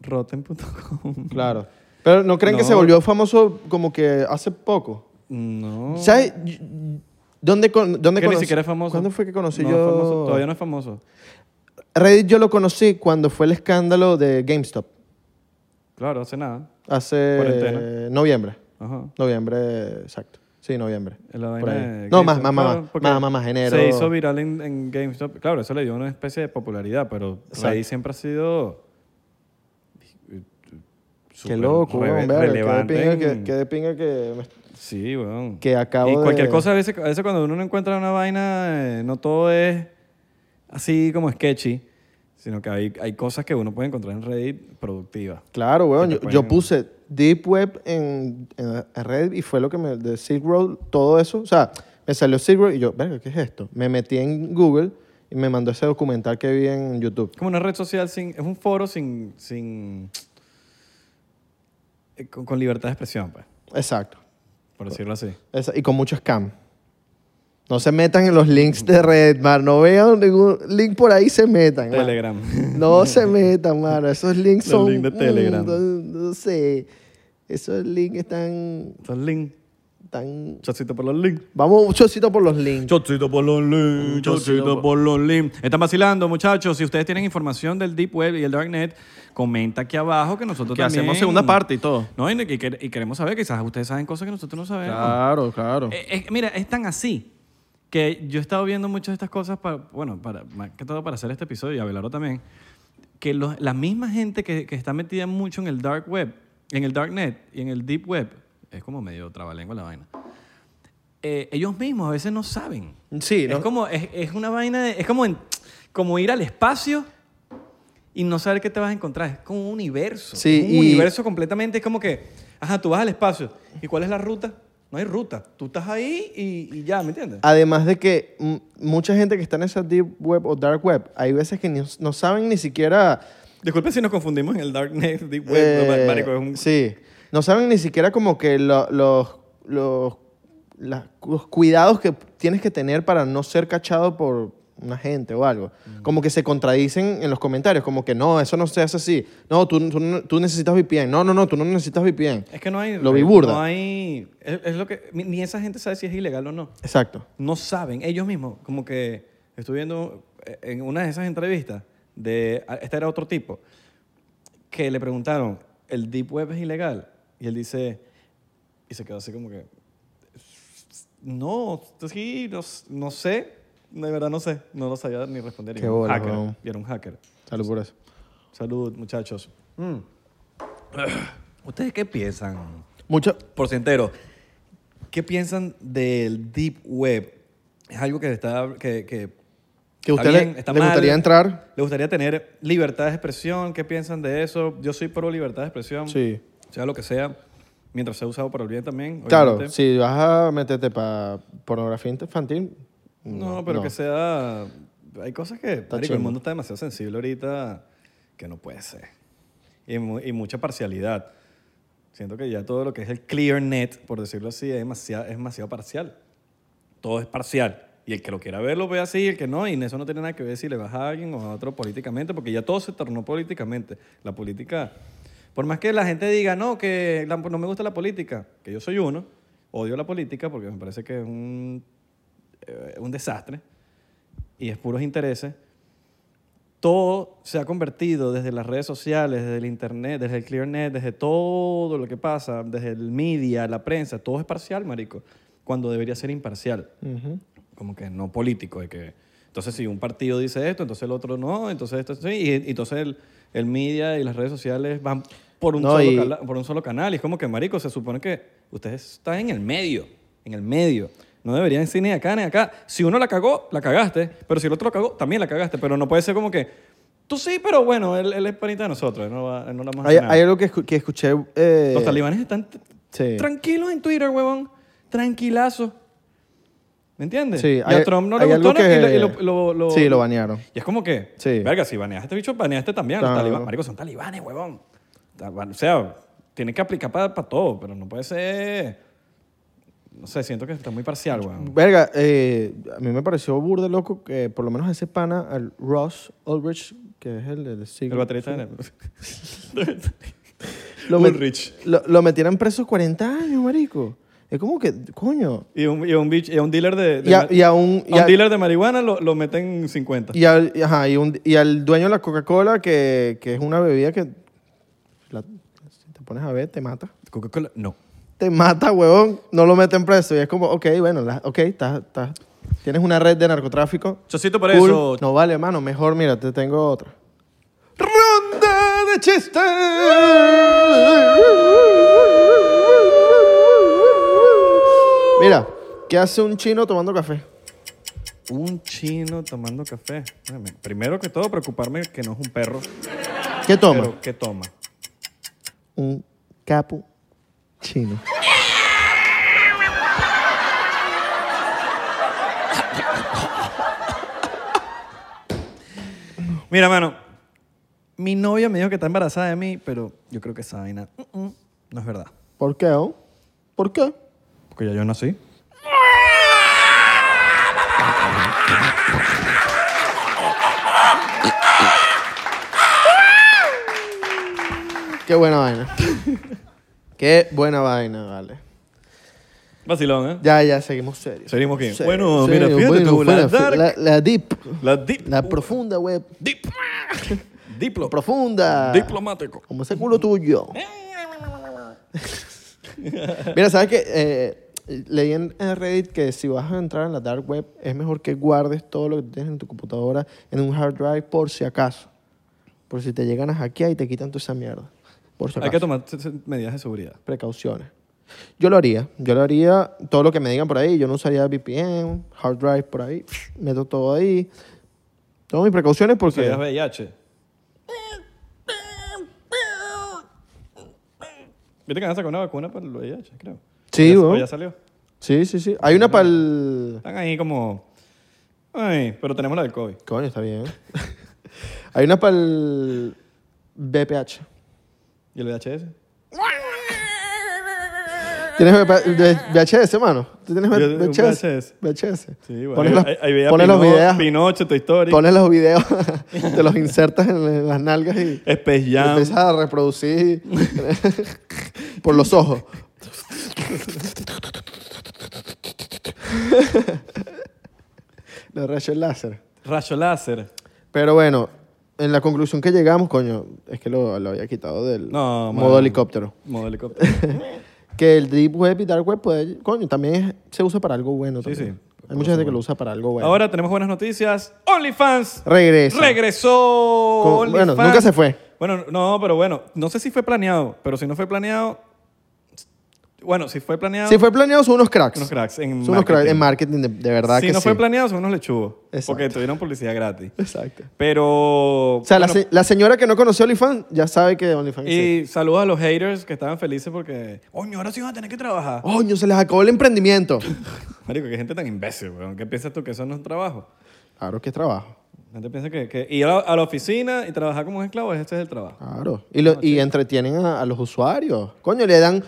S2: Rotten.com.
S1: Claro. Pero ¿no creen que
S2: No.
S1: se volvió famoso como que hace poco?
S2: <laughs> No.
S1: ¿Sabes? Y- y- ¿Dónde, con, dónde
S2: que ni
S1: conocí-
S2: siquiera es famoso.
S1: ¿Cuándo fue que conocí
S2: No es
S1: yo?
S2: famoso, todavía no es famoso.
S1: Reddit yo lo conocí cuando fue el escándalo de GameStop.
S2: Claro, hace nada.
S1: Hace...
S2: Cuarentena.
S1: Noviembre.
S2: Ajá.
S1: Noviembre, exacto. Sí, noviembre.
S2: La
S1: Por
S2: vaina
S1: ahí.
S2: de
S1: No, más,
S2: GameStop,
S1: más, más,
S2: claro,
S1: más,
S2: porque
S1: más, más, más, enero.
S2: Se hizo viral en, en GameStop. Claro, eso le dio una especie de popularidad, pero
S1: Exacto.
S2: Rey siempre ha sido.
S1: Qué
S2: súper
S1: loco,
S2: reve-
S1: weón, verga,
S2: relevante
S1: Qué de pinga
S2: en-
S1: que, qué de pinga que me-
S2: Sí, weón.
S1: que acabo
S2: y cualquier
S1: de-
S2: cosa, a veces, a veces cuando uno no encuentra una vaina, eh, no todo es así como sketchy, sino que hay, hay cosas que uno puede encontrar en Reddit productivas.
S1: Claro, weón.
S2: Que
S1: Yo,
S2: te
S1: yo
S2: pueden-
S1: puse Deep Web en, en Reddit y fue lo que me... De Silk Road, todo eso. O sea, me salió Silk Road y yo, verga, ¿qué es esto? Me metí en Google y me mandó ese documental que vi en YouTube.
S2: Es como una red social sin. Es un foro sin. sin eh, con, con libertad de expresión, pues,
S1: Exacto.
S2: por decirlo así.
S1: Esa- y con mucho scam. No se metan en los links de Red, mano. No vean ningún link por ahí, se metan. mano.
S2: Telegram.
S1: No se metan, mano. Esos links
S2: Los
S1: son...
S2: links de Telegram.
S1: mm, No, no sé. Esos links están...
S2: Los links.
S1: tan-
S2: Chocito por los links.
S1: Vamos un chocito por los links.
S2: Chocito por los
S4: Mm,
S2: links.
S1: chocito
S2: Chocito
S1: por
S2: por los links. Están vacilando, muchachos. Si ustedes tienen información del Deep Web y el Darknet, comenta aquí abajo que nosotros
S4: Que
S2: también...
S4: hacemos segunda parte y todo.
S2: No, y, y quer- y queremos saber, quizás ustedes saben cosas que nosotros no sabemos.
S4: Claro, claro.
S2: Eh, eh, mira, es tan así que yo he estado viendo muchas de estas cosas, para, bueno, para, más que todo para hacer este episodio y Abelardo también, que los- la misma gente que, que está metida mucho en el dark web, en el darknet y en el deep web, es como medio trabalengua la vaina, eh, ellos mismos a veces no saben.
S1: Sí, ¿no?
S2: Es como, es, es una vaina, de- es como, en- como ir al espacio y no saber qué te vas a encontrar. Es como un universo.
S1: Sí,
S2: es un
S1: y-
S2: universo completamente. Es como que, ajá, tú vas al espacio. ¿Y cuál es la ruta? No hay ruta. Tú estás ahí y, y ya, ¿me entiendes?
S1: Además de que mm, mucha gente que está en esa deep web o dark web, hay veces que ni- no saben ni siquiera...
S2: Disculpen si nos confundimos en el Darknet Deep Web.
S1: eh,
S2: no, marico, es un-
S1: Sí. No saben ni siquiera como que lo- los, los, las- los cuidados que tienes que tener para no ser cachado por una gente o algo.
S2: Mm.
S1: Como que se contradicen en los comentarios. Como que no, eso no se hace así. No, tú, tú no- tú necesitas VPN. No, no, no, tú no necesitas VPN.
S2: Es que no hay...
S1: Lo vi burda.
S2: No hay... Es, es lo que... Ni ni esa gente sabe si es ilegal o no.
S1: Exacto.
S2: no saben ellos mismos. Como que estuve viendo eh, en una de esas entrevistas de a- este era otro tipo que le preguntaron el deep web es ilegal y él dice y se quedó así como que no sí no, s- no sé de verdad no sé no lo sabía ni responder y
S1: Qué
S2: era un
S1: bola,
S2: hacker
S1: weón.
S2: y era un hacker
S1: Salud por eso.
S2: salud muchachos Mm. ustedes qué piensan
S1: Mucho,
S2: por si entero, ¿qué piensan del Deep Web? ¿Es algo que está que, que
S1: que
S2: está
S1: a usted
S2: bien,
S1: le,
S2: está
S1: le
S2: mal?
S1: gustaría entrar.
S2: ¿Le gustaría tener libertad de expresión? ¿Qué piensan de eso? Yo soy pro libertad de expresión.
S1: Sí.
S2: Sea lo que sea, mientras sea usado para el bien también.
S1: Claro,
S2: obviamente.
S1: si vas a meterte para pornografía infantil.
S2: No, pero que sea. Hay cosas que. marico, el
S1: chimbo.
S2: mundo está demasiado sensible ahorita que no puede ser. Y, mu- y mucha parcialidad. Siento que ya todo lo que es el clear net, por decirlo así, es demasiado, es demasiado parcial. Todo es parcial. Y el que lo quiera ver lo ve así, y el que no. Y en eso no tiene nada que ver si le vas a alguien o a otro políticamente, porque ya todo se tornó políticamente. La política. Por más que la gente diga, no, que la- no me gusta la política, que yo soy uno, odio la política porque me parece que es un eh, un desastre y es puros intereses. Todo se ha convertido desde las redes sociales, desde el internet, desde el clearnet, desde todo lo que pasa, desde el media, la prensa, todo es parcial, marico, cuando debería ser imparcial, como que no político, de que entonces si un partido dice esto, entonces el otro no, entonces esto sí, y, y entonces el, el media y las redes sociales van por un,
S1: No,
S2: solo
S1: y-
S2: cala- por un solo canal, y es como que, marico, se supone que ustedes están en el medio, en el medio. No deberían decir ni acá ni acá. Si uno la cagó, la cagaste. Pero si el otro la cagó, también la cagaste. Pero no puede ser como que, tú sí, pero bueno, él, él es panita de nosotros. él No, va- él no la vamos a
S1: Hay,
S2: hacer nada".
S1: hay algo que, escu- que escuché. eh,
S2: Los talibanes están t-
S1: Sí.
S2: tranquilos en Twitter, huevón. Tranquilazo. ¿Me entiendes?
S1: Sí,
S2: y
S1: hay-
S2: a Trump no le
S1: hay algo
S2: gustó ¿no?
S1: que-
S2: y, lo, y lo- lo- lo-
S1: Sí, lo banearon.
S2: Y es como que,
S1: Sí.
S2: verga, si baneaste este bicho, baneaste también. a Los
S1: Claro.
S2: talibanes, marico, son talibanes, huevón. Ta- O sea, tienen que aplicar para todo, pero no puede ser... No sé, siento que está muy parcial, huevón.
S1: Verga, eh, a mí me pareció burde loco que por lo menos ese pana, el Ross Ulrich, que es el, el
S2: El
S1: siglo-
S2: baterista de...
S1: Lo, met-
S2: Ulrich.
S1: lo, lo metieron preso 40 años, marico. Es como que, coño.
S2: Y un, y un, bicho- y a un dealer de... de
S1: Y a,
S2: ma-
S1: y a un.
S2: a
S1: y a-
S2: un dealer de marihuana lo, lo meten 50.
S1: y al, y ajá, y un- y al dueño de la Coca-Cola, que, que es una bebida que. la- si te pones a ver, te mata.
S2: Coca-Cola, no.
S1: Te mata, huevón. No lo meten preso. Y es como, ok, bueno, la- ok, estás- estás- tienes una red de narcotráfico.
S2: Chocito por
S1: Cool.
S2: eso.
S1: No vale, hermano. Mejor, mira, te tengo otra. Ronda de chistes. Mira, ¿qué hace un chino tomando café?
S2: Un chino tomando café. Espérame. Primero que todo, preocuparme que no es un perro.
S1: ¿Qué toma?
S2: Pero, ¿qué toma?
S1: Un capu chino.
S2: Mira, mano. Mi novia me dijo que está embarazada de mí, pero yo creo que esa vaina mm, mm, no es verdad.
S1: ¿Por qué? oh? ¿Por qué?
S2: Porque ya yo nací.
S1: Qué buena vaina. Qué buena vaina, vale.
S2: Vacilón, ¿eh?
S1: Ya, ya, seguimos serios.
S2: Seguimos aquí.
S1: Serios,
S2: Bueno,
S1: serios,
S2: mira, fíjate tú, la
S1: fuera,
S2: dark-
S1: la, la deep,
S2: La dip...
S1: la profunda web,
S2: Dip... Diplo...
S1: profunda.
S2: Diplomático.
S1: Como ese culo tuyo. Mira, ¿sabes qué? Eh, leí en en Reddit que si vas a entrar en la dark web, es mejor que guardes todo lo que tienes en tu computadora en un hard drive por si acaso. Por si te llegan a hackear y te quitan toda esa mierda. Por si
S2: Hay que
S1: acaso.
S2: tomar se- se- medidas de seguridad.
S1: Precauciones. Yo lo haría. Yo lo haría todo lo que me digan por ahí. Yo no usaría VPN, hard drive por ahí. Meto todo ahí. Tomo mis precauciones porque...
S2: Medidas VIH. Viste que han sacado una vacuna para el VIH, creo.
S1: Sí,
S2: Ya- o
S1: weón.
S2: ya salió.
S1: Sí, sí, sí. Hay una para el...
S2: Están ahí como... Ay, pero tenemos la del COVID.
S1: Coño, está bien. <laughs> Hay una para el BPH.
S2: ¿Y el VHS?
S1: ¿Tienes VP- de- VHS, mano? ¿Tú tienes
S2: Yo-
S1: VHS?
S2: VHS.
S1: VHS.
S2: Sí, bueno.
S1: Pones los,
S2: ahí, ahí veía
S1: pones los
S2: Pinocho,
S1: videos.
S2: Pinocho, Toy Story.
S1: Pones los videos, <laughs> te los insertas en las nalgas
S2: <laughs>
S1: y
S2: Space
S1: y
S2: Jam.
S1: empiezas a reproducir <laughs> por los ojos. los rayos láser.
S2: Rayo láser.
S1: Pero bueno, en la conclusión que llegamos, coño, es que lo, lo había quitado del
S2: No,
S1: modo
S2: mano.
S1: helicóptero.
S2: Modo helicóptero.
S1: Que el Deep Web y Dark Web, puede, coño, también es- se usa para algo bueno.
S2: Sí,
S1: también.
S2: sí.
S1: Hay mucha gente que lo usa para algo <laughs> bueno.
S2: Ahora tenemos buenas noticias. OnlyFans
S1: regresa.
S2: regresó.
S1: Con- bueno,
S2: OnlyFans.
S1: nunca se fue.
S2: Bueno, no, pero bueno, no sé si fue planeado, pero si no fue planeado, bueno, si fue planeado,
S1: Si fue planeado, son unos cracks.
S2: unos cracks en
S1: Son unos cracks en
S2: marketing.
S1: marketing, de, de verdad
S2: si
S1: que
S2: no
S1: sí.
S2: fue planeado, son unos lechugos,
S1: Exacto.
S2: porque tuvieron publicidad gratis.
S1: Exacto.
S2: Pero
S1: O sea, la,
S2: bueno,
S1: se- la señora que no conoció OnlyFans ya sabe que OnlyFans existe.
S2: y saludos a los haters que estaban felices porque, coño, ahora sí van a tener que trabajar.
S1: ¡Coño, se les acabó el
S2: <laughs>
S1: emprendimiento!
S2: Marico, qué gente tan imbécil, weón. ¿Qué piensas tú que eso no es un trabajo?
S1: claro que es trabajo.
S2: La gente piensa que, que ir a la, a la oficina y trabajar como un esclavo, ese es el trabajo.
S1: Claro. Y, lo- y entretienen a, a los usuarios. Coño, le dan,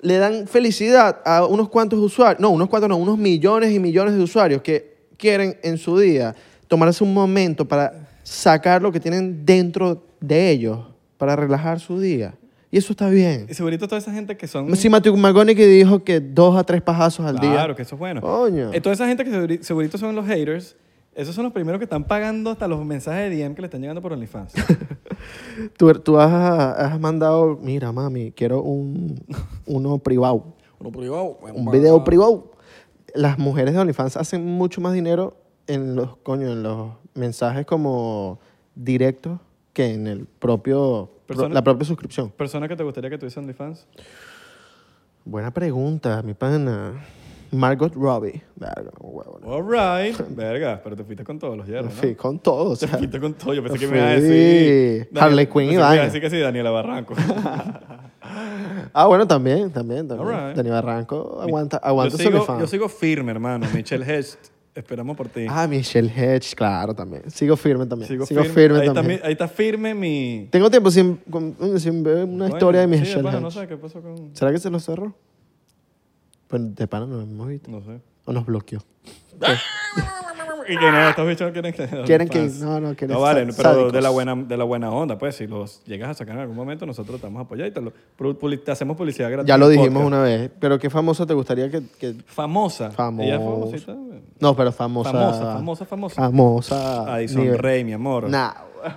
S1: le dan felicidad a unos cuantos usuarios. No, unos cuantos no, unos millones y millones de usuarios que quieren en su día tomarse un momento para sacar lo que tienen dentro de ellos, para relajar su día. Y eso está bien.
S2: Y segurito toda esa gente que son...
S1: Si Matthew McConaughey dijo que dos a tres pajazos al día.
S2: Claro, que eso es bueno.
S1: Coño.
S2: Eh, toda esa gente que seguri- segurito son los haters, esos son los primeros que están pagando hasta los mensajes de DM que le están llegando
S1: <laughs>
S2: por OnlyFans.
S1: Tú, er, tú has, has mandado, mira, mami, quiero un, uno privado,
S2: Uno privado.
S1: un video privado. Las mujeres de OnlyFans hacen mucho más dinero en los, coño, en los mensajes como directos que en el propio, pro-
S2: Persona-
S1: la propia suscripción.
S2: ¿Persona que te gustaría que tuviese OnlyFans?
S1: Buena pregunta, mi pana. Margot Robbie. Verga, huevo, no.
S2: All right. Verga, pero te fuiste con todos los hierros, ¿no?
S1: Fui con todo, o
S2: Te
S1: sea,
S2: fuiste con todo. Yo pensé que
S1: Fui
S2: me iba a decir...
S1: Harley Quinn y
S2: pensé que me iba
S1: vaina.
S2: a decir que sí, Daniela Barranco.
S1: Ah, bueno, también, también, también.
S2: All right.
S1: Dani Barranco <laughs> aguanta,
S2: yo
S1: aguanta su
S2: sigo,
S1: OnlyFans.
S2: yo sigo firme, hermano. Michelle Hedge, esperamos por ti.
S1: Ah, Michelle Hedge, claro, también. Sigo firme también. Sigo, firme, también.
S2: ahí Está, mi- ahí está firme mi...
S1: Tengo tiempo sin, con- sin ver una
S2: Coño,
S1: historia de
S2: sí,
S1: Michelle
S2: pana, No
S1: Hedge.
S2: sé qué pasó con...
S1: ¿Será que se lo cerró? Pues de pana nos hemos visto.
S2: No sé.
S1: O nos bloqueó.
S2: Y que no, estos bichos quieren que...
S1: Quieren que-
S2: fans.
S1: no, no, que
S2: No
S1: les-
S2: vale,
S1: sa-
S2: pero de
S1: sádicos.
S2: la, buena, de la buena onda, pues, si los llegas a sacar en algún momento, nosotros te vamos a apoyar y te, lo- pu- publi- te hacemos publicidad gratis.
S1: Ya
S2: en
S1: lo
S2: el
S1: dijimos
S2: podcast.
S1: una vez. Pero qué famosa te gustaría que. que-
S2: Famosa.
S1: Famosa.
S2: Ella es famosita.
S1: No, pero famosa.
S2: Famosa, famosa, famosa.
S1: Famosa.
S2: Addison
S1: nivel-
S2: Rey, mi amor.
S1: Nah.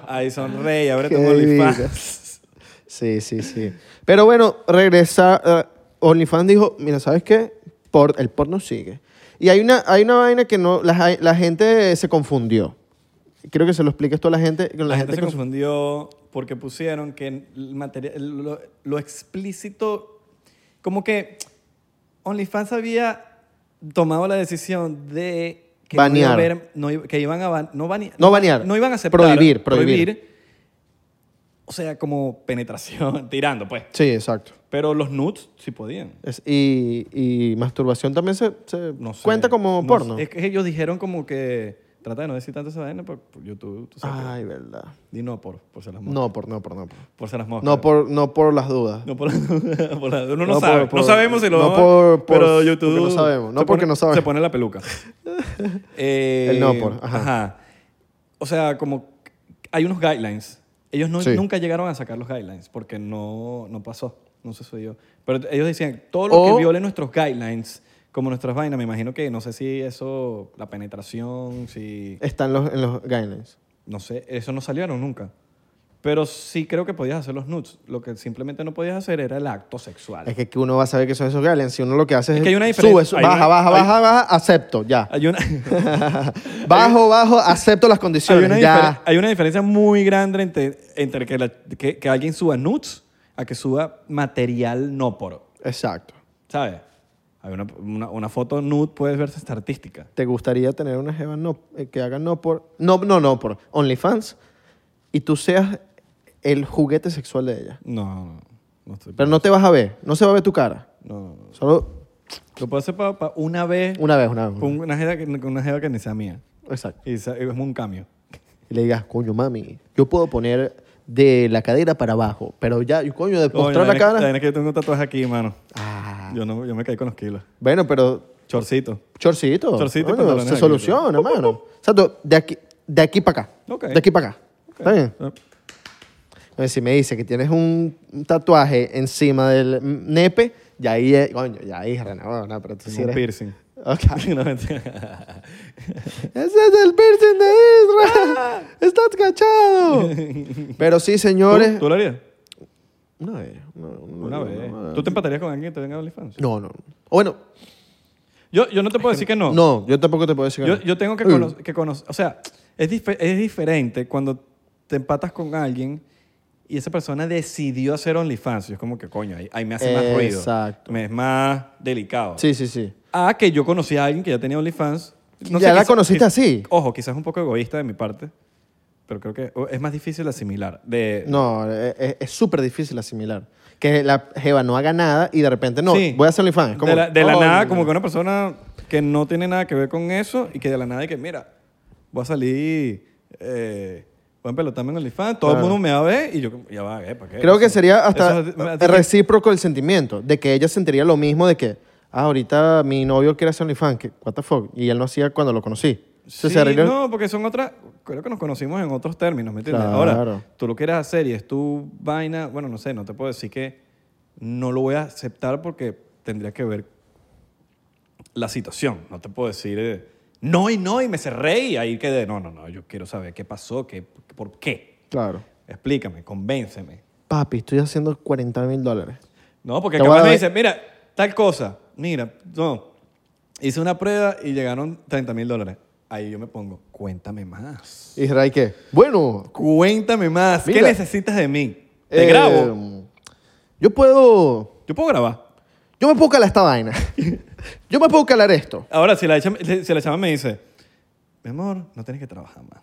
S2: Addison Rey, ábrete
S1: Qué
S2: un
S1: divina.
S2: OnlyFans.
S1: Sí, sí, sí. Pero bueno, regresa. eh, OnlyFans dijo: Mira, ¿sabes qué? Por, el porno sigue. Y hay una, hay una vaina que no, la, la gente se confundió. Creo que se lo expliques tú a la gente. con
S2: La,
S1: La,
S2: gente, se
S1: con-
S2: confundió porque pusieron que el material, el- lo, lo explícito, como que OnlyFans había tomado la decisión de que
S1: Banear.
S2: no iba a haber- no iba- que iban a ban- no banear,
S1: No banear.
S2: no iban a aceptar,
S1: Prohibir, prohibir.
S2: o sea, como penetración, <laughs> tirando, pues.
S1: Sí, exacto.
S2: Pero los nudes sí podían.
S1: Es- y, y masturbación también se, se
S2: No sé.
S1: cuenta como
S2: No
S1: porno.
S2: sé. Es que ellos dijeron como que trata de no decir tanto esa vaina por, por YouTube, tú sabes.
S1: Ay, verdad.
S2: Di no por, por ser las moscas.
S1: Ah. No por, no por, no por.
S2: Por ser las moscas.
S1: No por, no por las dudas.
S2: No, por, <laughs> por la- uno no,
S1: No,
S2: sabe.
S1: por- por-
S2: no sabemos si lo
S1: no
S2: vamos a-
S1: por- por-
S2: pero
S1: porque
S2: YouTube...
S1: no sabemos. No
S2: se
S1: porque
S2: pone-
S1: no sabemos.
S2: Se pone
S1: <laughs>
S2: la peluca. Eh,
S1: El no por, ajá.
S2: O sea, como hay unos guidelines Ellos no-
S1: Sí.
S2: nunca llegaron a sacar los guidelines porque no, no pasó, no sucedió. Pero ellos decían, todo lo
S1: O-
S2: que viole nuestros guidelines, como nuestras vainas, me imagino que, no sé si eso, la penetración, si,
S1: Están los, en los guidelines.
S2: no sé, eso no salieron nunca. Pero sí creo que podías hacer los nudes. Lo que simplemente no podías hacer era el acto sexual.
S1: Es que, que uno va a saber que son esos guidelines. Si uno lo que hace es,
S2: Es que hay una diferencia.
S1: sube, sube,
S2: Hay
S1: baja,
S2: una-
S1: baja,
S2: hay-
S1: baja, baja, acepto, ya.
S2: Hay una... <laughs>
S1: <laughs> Bajo, bajo, acepto las
S2: hay,
S1: condiciones,
S2: una difer-
S1: ya.
S2: hay una diferencia muy grande entre, entre que, la- que- que alguien suba nudes a que suba material no poro.
S1: Exacto.
S2: ¿Sabes? Hay una, una- una foto nude puede verse hasta artística.
S1: ¿Te gustaría tener una jeva no, eh, que haga no por... No, no, no por OnlyFans y tú seas el juguete sexual de ella?
S2: No, no, no estoy.
S1: Pero no te vas a ver, no se va a ver tu cara.
S2: no, no, no.
S1: Solo
S2: Lo puedo hacer para una vez
S1: una vez, una vez.
S2: con una jeva que, con una jeva que ni sea mía.
S1: Exacto.
S2: Y sa- es un cambio.
S1: Y le digas, coño, mami, yo puedo poner de la cadera para abajo, pero ya, y coño, de
S2: Coño,
S1: postrar la
S2: la vaina-
S1: cara...
S2: la vaina es que yo tengo tatuajes aquí, mano.
S1: Ah,
S2: Yo, no, yo me caí con los kilos.
S1: bueno, pero
S2: Chorcito.
S1: chorcito.
S2: Chorcito y
S1: coño,
S2: pantalones
S1: se
S2: aquí,
S1: soluciona, mano. O sea, tú, de aquí, de aquí para acá.
S2: Ok.
S1: De aquí para acá. ¿Está bien?
S2: Ah,
S1: Entonces, si me dice que tienes un un tatuaje encima del nepe, ya ahí, es- coño, ya ahí, René, bueno, pero tú sí
S2: Tengo un
S1: eres-
S2: piercing.
S1: Ok.
S2: <laughs> No, mentira.
S1: Ese es el piercing de
S2: Ah.
S1: Israel. Estás cachado. Pero sí, señores.
S2: ¿Tú, tú lo harías?
S1: Una vez. no, no,
S2: Una
S1: no,
S2: vez.
S1: no,
S2: ¿Tú te empatarías con alguien que te venga a OnlyFans?
S1: No, no. O Bueno,
S2: Yo, yo no te puedo decir que no.
S1: no. yo tampoco te puedo decir que
S2: Yo,
S1: no.
S2: yo tengo que,
S1: Uy,
S2: conocer, que conocer. O sea, es, dife- es diferente cuando te empatas con alguien y esa persona decidió hacer OnlyFans. Y es como que, coño, ahí, ahí me hace más ruido.
S1: Exacto.
S2: Me es más delicado.
S1: Sí, sí, sí.
S2: A que yo conocí a alguien que ya tenía OnlyFans.
S1: Ya la conociste así.
S2: Ojo, quizás un poco egoísta de mi parte, pero creo que o- es más difícil asimilar. De,
S1: No, eh, eh, es súper difícil asimilar. Que la Jeva no haga nada y de repente no,
S2: Sí.
S1: voy a hacer OnlyFans. Es como,
S2: de la, de la
S1: oh,
S2: nada,
S1: no,
S2: como
S1: no.
S2: que una persona que no tiene nada que ver con eso y que de la nada y que, mira, voy a salir, eh, voy a pelotarme en OnlyFans, todo
S1: Claro.
S2: el mundo me va a ver y yo, como, ya va, ¿eh? ¿Para qué?
S1: Creo que
S2: Eso-
S1: sería hasta
S2: eso es- a
S1: eh,
S2: ti te-
S1: recíproco el sentimiento, de que ella sentiría lo mismo de que, ah, ahorita mi novio quiere hacer OnlyFans, que, what the fuck, y él no hacía cuando lo conocí. Se
S2: Sí,
S1: cerraría-
S2: no, porque son otras, creo que nos conocimos en otros términos, ¿me entiendes?
S1: Claro.
S2: Ahora, tú lo quieres hacer y es tu vaina, bueno, no sé, no te puedo decir que no lo voy a aceptar porque tendría que ver la situación, no te puedo decir, eh, no y no y me cerré y ahí quedé, no, no, no, yo quiero saber qué pasó, qué, por qué,
S1: Claro.
S2: explícame, convénceme.
S1: Papi, estoy haciendo 40 mil dólares.
S2: No, porque
S1: Te voy
S2: capaz
S1: a
S2: me
S1: dar-
S2: dicen, mira, tal cosa, mira, no, hice una prueba y llegaron 30 mil dólares. Ahí yo me pongo, cuéntame más.
S1: Israel, ¿qué? Bueno.
S2: Cuéntame más. ¿Qué
S1: Mira.
S2: necesitas de mí? Te
S1: eh,
S2: grabo.
S1: Yo puedo...
S2: Yo puedo grabar.
S1: Yo me puedo calar esta vaina. <laughs> yo me puedo calar esto.
S2: Ahora, si la, chama, si la chama me dice, mi amor, no tienes que trabajar más.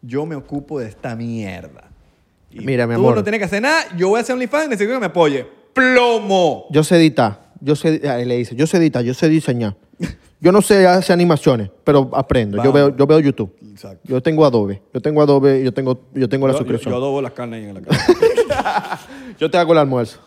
S2: Yo me ocupo de esta mierda.
S1: Mira, mi
S2: Tú
S1: amor.
S2: no tienes que hacer nada. Yo voy a hacer OnlyFans. Necesito que me apoye. ¡Plomo!
S1: Yo sé editar. Yo sé, ah, le dice, yo sé editar, yo sé diseñar. Yo no sé hacer animaciones, pero aprendo. Yo
S2: Vamos.
S1: veo, yo veo YouTube.
S2: Exacto.
S1: Yo tengo Adobe. Yo tengo Adobe y yo tengo, yo tengo la
S2: Yo- yo,
S1: suscripción.
S2: yo
S1: Yo,
S2: adobo las carnes ahí en la casa. <laughs>
S1: te hago el almuerzo.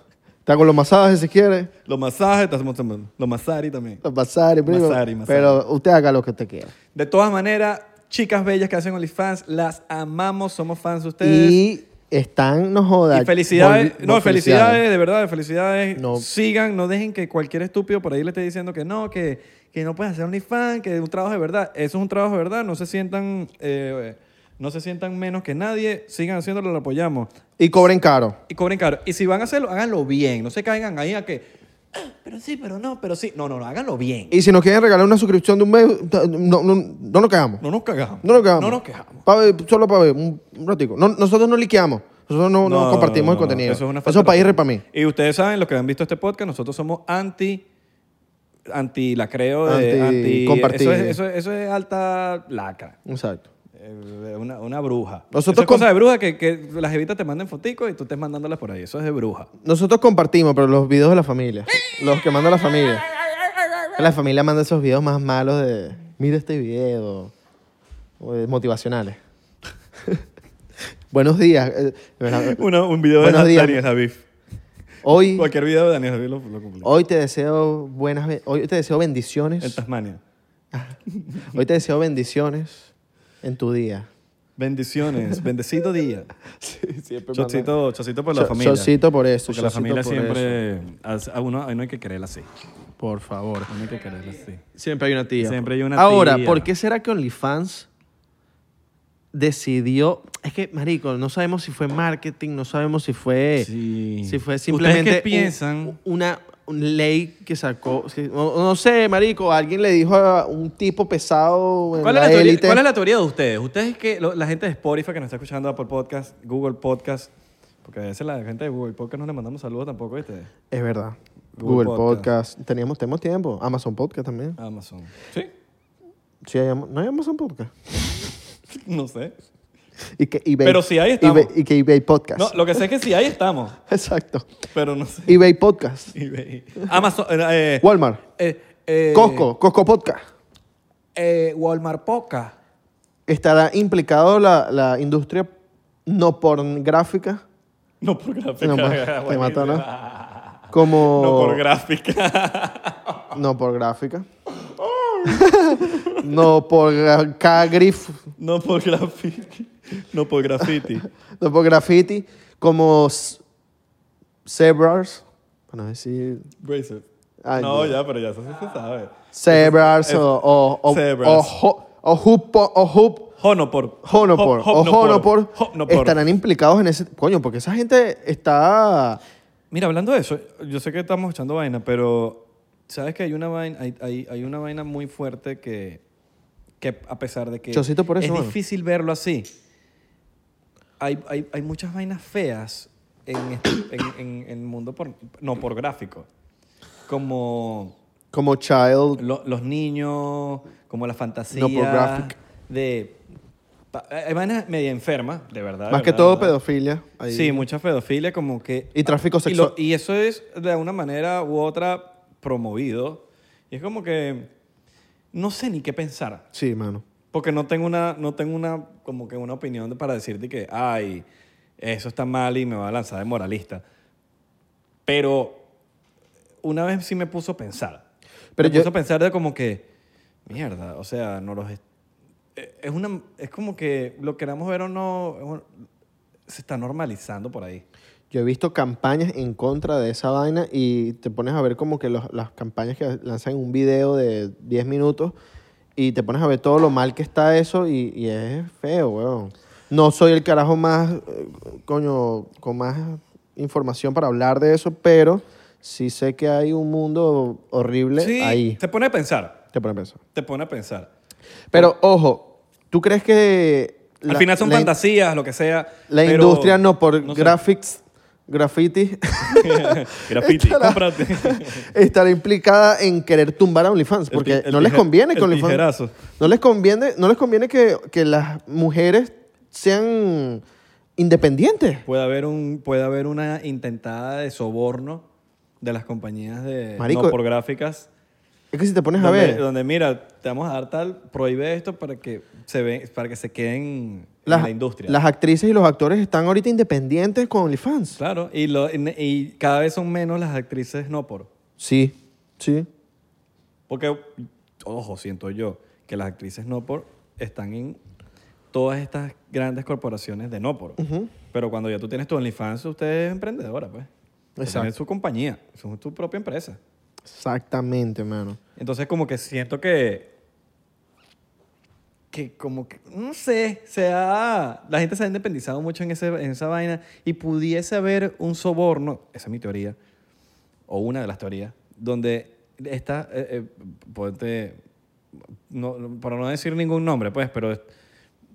S1: Te hago los masajes si quieres.
S2: los masajes, te hacemos también. los masari también.
S1: Los masajes, primo.
S2: Masajes, masajes.
S1: Pero usted haga lo que usted quiera.
S2: De todas maneras, chicas bellas que hacen OnlyFans, las amamos. Somos fans de ustedes.
S1: Y están, no jodas.
S2: Y felicidades,
S1: vol-
S2: no, felicidades, de verdad, felicidades.
S1: No.
S2: Sigan, no dejen que cualquier estúpido por ahí le esté diciendo que no, que, que no puedes hacer OnlyFans, que es un trabajo de verdad. Eso es un trabajo de verdad, no se sientan, eh, no se sientan menos que nadie, sigan haciéndolo, lo apoyamos.
S1: Y cobren caro.
S2: Y cobren caro. Y si van a hacerlo, háganlo bien, no se caigan ahí a que, "Ah, pero sí, pero no, pero sí. No, no, no, háganlo bien.
S1: Y si nos quieren regalar una suscripción de un mes, no, no, no nos cagamos.
S2: No nos cagamos.
S1: No nos quejamos.
S2: No nos quejamos.
S1: Pa' ver, solo para ver, un un ratico. No- nosotros no liqueamos. Nosotros no, no compartimos
S2: no,
S1: el
S2: no,
S1: contenido.
S2: Eso es una
S1: Eso
S2: falta
S1: es para
S2: de
S1: ir
S2: respeto.
S1: para mí.
S2: Y ustedes saben, los que han visto este podcast, nosotros somos anti anti la creo de-
S1: Anti-
S2: anti
S1: compartir.
S2: Eso es, eso, es- eso es alta lacra
S1: Exacto.
S2: Eh, una, una bruja
S1: Nosotros
S2: eso es
S1: com-
S2: cosa de bruja que, que las evitas te manden foticos y tú estés mandándolas por ahí eso es de bruja
S1: Nosotros compartimos, pero los videos de la familia. Los que manda la familia. La familia manda esos videos más malos de. Mira este video. o de motivacionales. <laughs> Buenos días. eh, ¿verdad?
S2: Una- un video
S1: Buenos
S2: de
S1: días.
S2: Daniel Javif
S1: Hoy,
S2: cualquier video de Daniel Javif lo, lo cumple
S1: hoy te deseo buenas. be- Hoy te deseo bendiciones.
S2: en Tasmania
S1: Hoy te deseo bendiciones en tu día.
S2: Bendiciones. <laughs> Bendecido día.
S1: Sí, siempre
S2: Chocito, chocito por la
S1: Cho-
S2: familia.
S1: chocito por eso,
S2: Porque la
S1: chocito
S2: familia
S1: por
S2: siempre... A, a uno, a uno hay que quererla así.
S4: Por favor.
S2: Uno hay que quererla así.
S4: Siempre hay una tía. pues.
S2: Siempre hay una
S1: Ahora,
S2: tía.
S1: ¿por qué será que OnlyFans decidió? Es que, marico, no sabemos si fue marketing, no sabemos si fue,
S2: Sí.
S1: si fue
S2: ¿Ustedes
S1: simplemente
S2: qué
S1: un-
S2: piensan?
S1: una un ley que sacó. sí, No, no sé, marico, alguien le dijo a un tipo pesado en
S2: ¿Cuál es,
S1: la
S2: la teoría,
S1: élite.
S2: cuál es la teoría de ustedes? Ustedes que lo- la gente de Spotify que nos está escuchando Apple Podcast, Google Podcast, porque a veces la gente de Google Podcast no le mandamos saludos tampoco, ¿viste?
S1: Es verdad.
S2: Google
S1: Google, Podcast. Teníamos, tenemos tiempo. Amazon Podcast también.
S2: Amazon. Sí.
S1: Sí, hay Am- no hay Amazon Podcast.
S2: <laughs> No sé.
S1: Y que eBay-
S2: Pero sí, ahí estamos.
S1: eBay- y que eBay Podcast.
S2: No, lo que sé es que sí, ahí estamos,
S1: <laughs> Exacto.
S2: pero no sé. <laughs>
S1: eBay Podcast.
S2: eBay. Amazon. eh, eh,
S1: Walmart.
S2: eh, eh,
S1: Costco. Costco Podcast.
S2: eh, Walmart Poca.
S1: ¿Estará implicado la, la industria no pornográfica?
S2: No por gráfica. <laughs>
S1: No, ma- te mató, ¿no? Como...
S2: No por gráfica. <laughs>
S1: No <laughs> pornográfica. no por gra- ca- grif,
S2: No por graffiti. No por graffiti.
S1: no por graffiti, como s- zebras, para no decir
S2: <laughs> Braces.
S1: Ay,
S2: no,
S1: no.
S2: ya, pero ya eso sí se sabe.
S1: zebras
S2: Es-
S1: o o o
S2: zebras.
S1: o ho- o hupo- o hup-
S2: Honopor.
S1: Honopor,
S2: Ho-
S1: o Honopor,
S2: Honopor.
S1: estarán implicados en ese... Coño, porque esa gente está...
S2: Mira, hablando de eso, yo sé que estamos echando vaina, pero sabes que hay una vaina, hay, hay- hay una vaina muy fuerte que, que a pesar de que
S1: Chocito por eso,
S2: es
S1: mano.
S2: difícil verlo así, hay, hay- hay muchas vainas feas en, este- en- en- en el mundo por, no por gráfico. Como
S1: Como child
S2: lo- los niños, como la fantasía
S1: No pornographic.
S2: de... pa- Hay vainas medio enfermas, de verdad. de
S1: Más que
S2: verdad,
S1: todo
S2: de verdad.
S1: pedofilia. ahí.
S2: Sí, mucha pedofilia, como que.
S1: Y tráfico sexual.
S2: Y, lo- y eso es de una manera u otra promovido. Y es como que. No sé ni qué pensar.
S1: Sí, mano.
S2: Porque no tengo una, no tengo una, como que una opinión de- para decirte que, ay, eso está mal y me va a lanzar de moralista. Pero una vez sí me puso a pensar.
S1: Pero
S2: me
S1: yo-
S2: puso a pensar de como que, mierda, o sea, no los... es- eh, Es, una, es como que lo queramos ver o no, es un- se está normalizando por ahí.
S1: Yo he visto campañas en contra de esa vaina y te pones a ver como que los- las campañas que lanzan un video de 10 minutos y te pones a ver todo lo mal que está eso y, y es feo, weón. No soy el carajo más, eh, coño, con más información para hablar de eso, pero sí sé que hay un mundo horrible
S2: Sí,
S1: ahí.
S2: te pone a pensar,
S1: Te pone a pensar.
S2: te pone a pensar.
S1: Pero ojo, ¿tú crees que...
S2: Al
S1: la-
S2: final son
S1: la-
S2: fantasías, lo que sea.
S1: La
S2: pero-
S1: industria no por
S2: sé.
S1: graphics,
S2: <laughs>
S1: graffiti, <laughs>
S2: Graffiti,
S1: Estará- <laughs>
S2: cómprate.
S1: estará implicada en querer tumbar a OnlyFans
S2: El
S1: porque
S2: ti- el
S1: no les
S2: tije-
S1: conviene que
S2: el
S1: OnlyFans
S2: tijerazo.
S1: no les conviene no les conviene que, que las mujeres sean independientes.
S2: Puede haber, un, puede haber una intentada de soborno de las compañías de
S1: Marico,
S2: no por gráficas.
S1: Es que si te pones a
S2: donde,
S1: ver
S2: donde, mira, te vamos a dar tal, prohíbe esto para que se ve, para que se queden
S1: las,
S2: en la industria.
S1: las actrices y los actores están ahorita independientes con OnlyFans.
S2: Claro, y, lo, y, y cada vez son menos las actrices no por.
S1: Sí, sí.
S2: Porque, ojo, siento yo que las actrices no por están en todas estas grandes corporaciones de no por. Pero cuando ya tú tienes tu OnlyFans, usted es emprendedora, pues.
S1: Exacto.
S2: Tienes su compañía, es tu propia empresa.
S1: Exactamente, mano.
S2: Entonces como que siento que que como que no sé, se ha- la gente se ha independizado mucho en, ese, en esa vaina y pudiese haber un soborno, esa es mi teoría o una de las teorías donde está eh, eh, ponte no, no, para no decir ningún nombre, pues, pero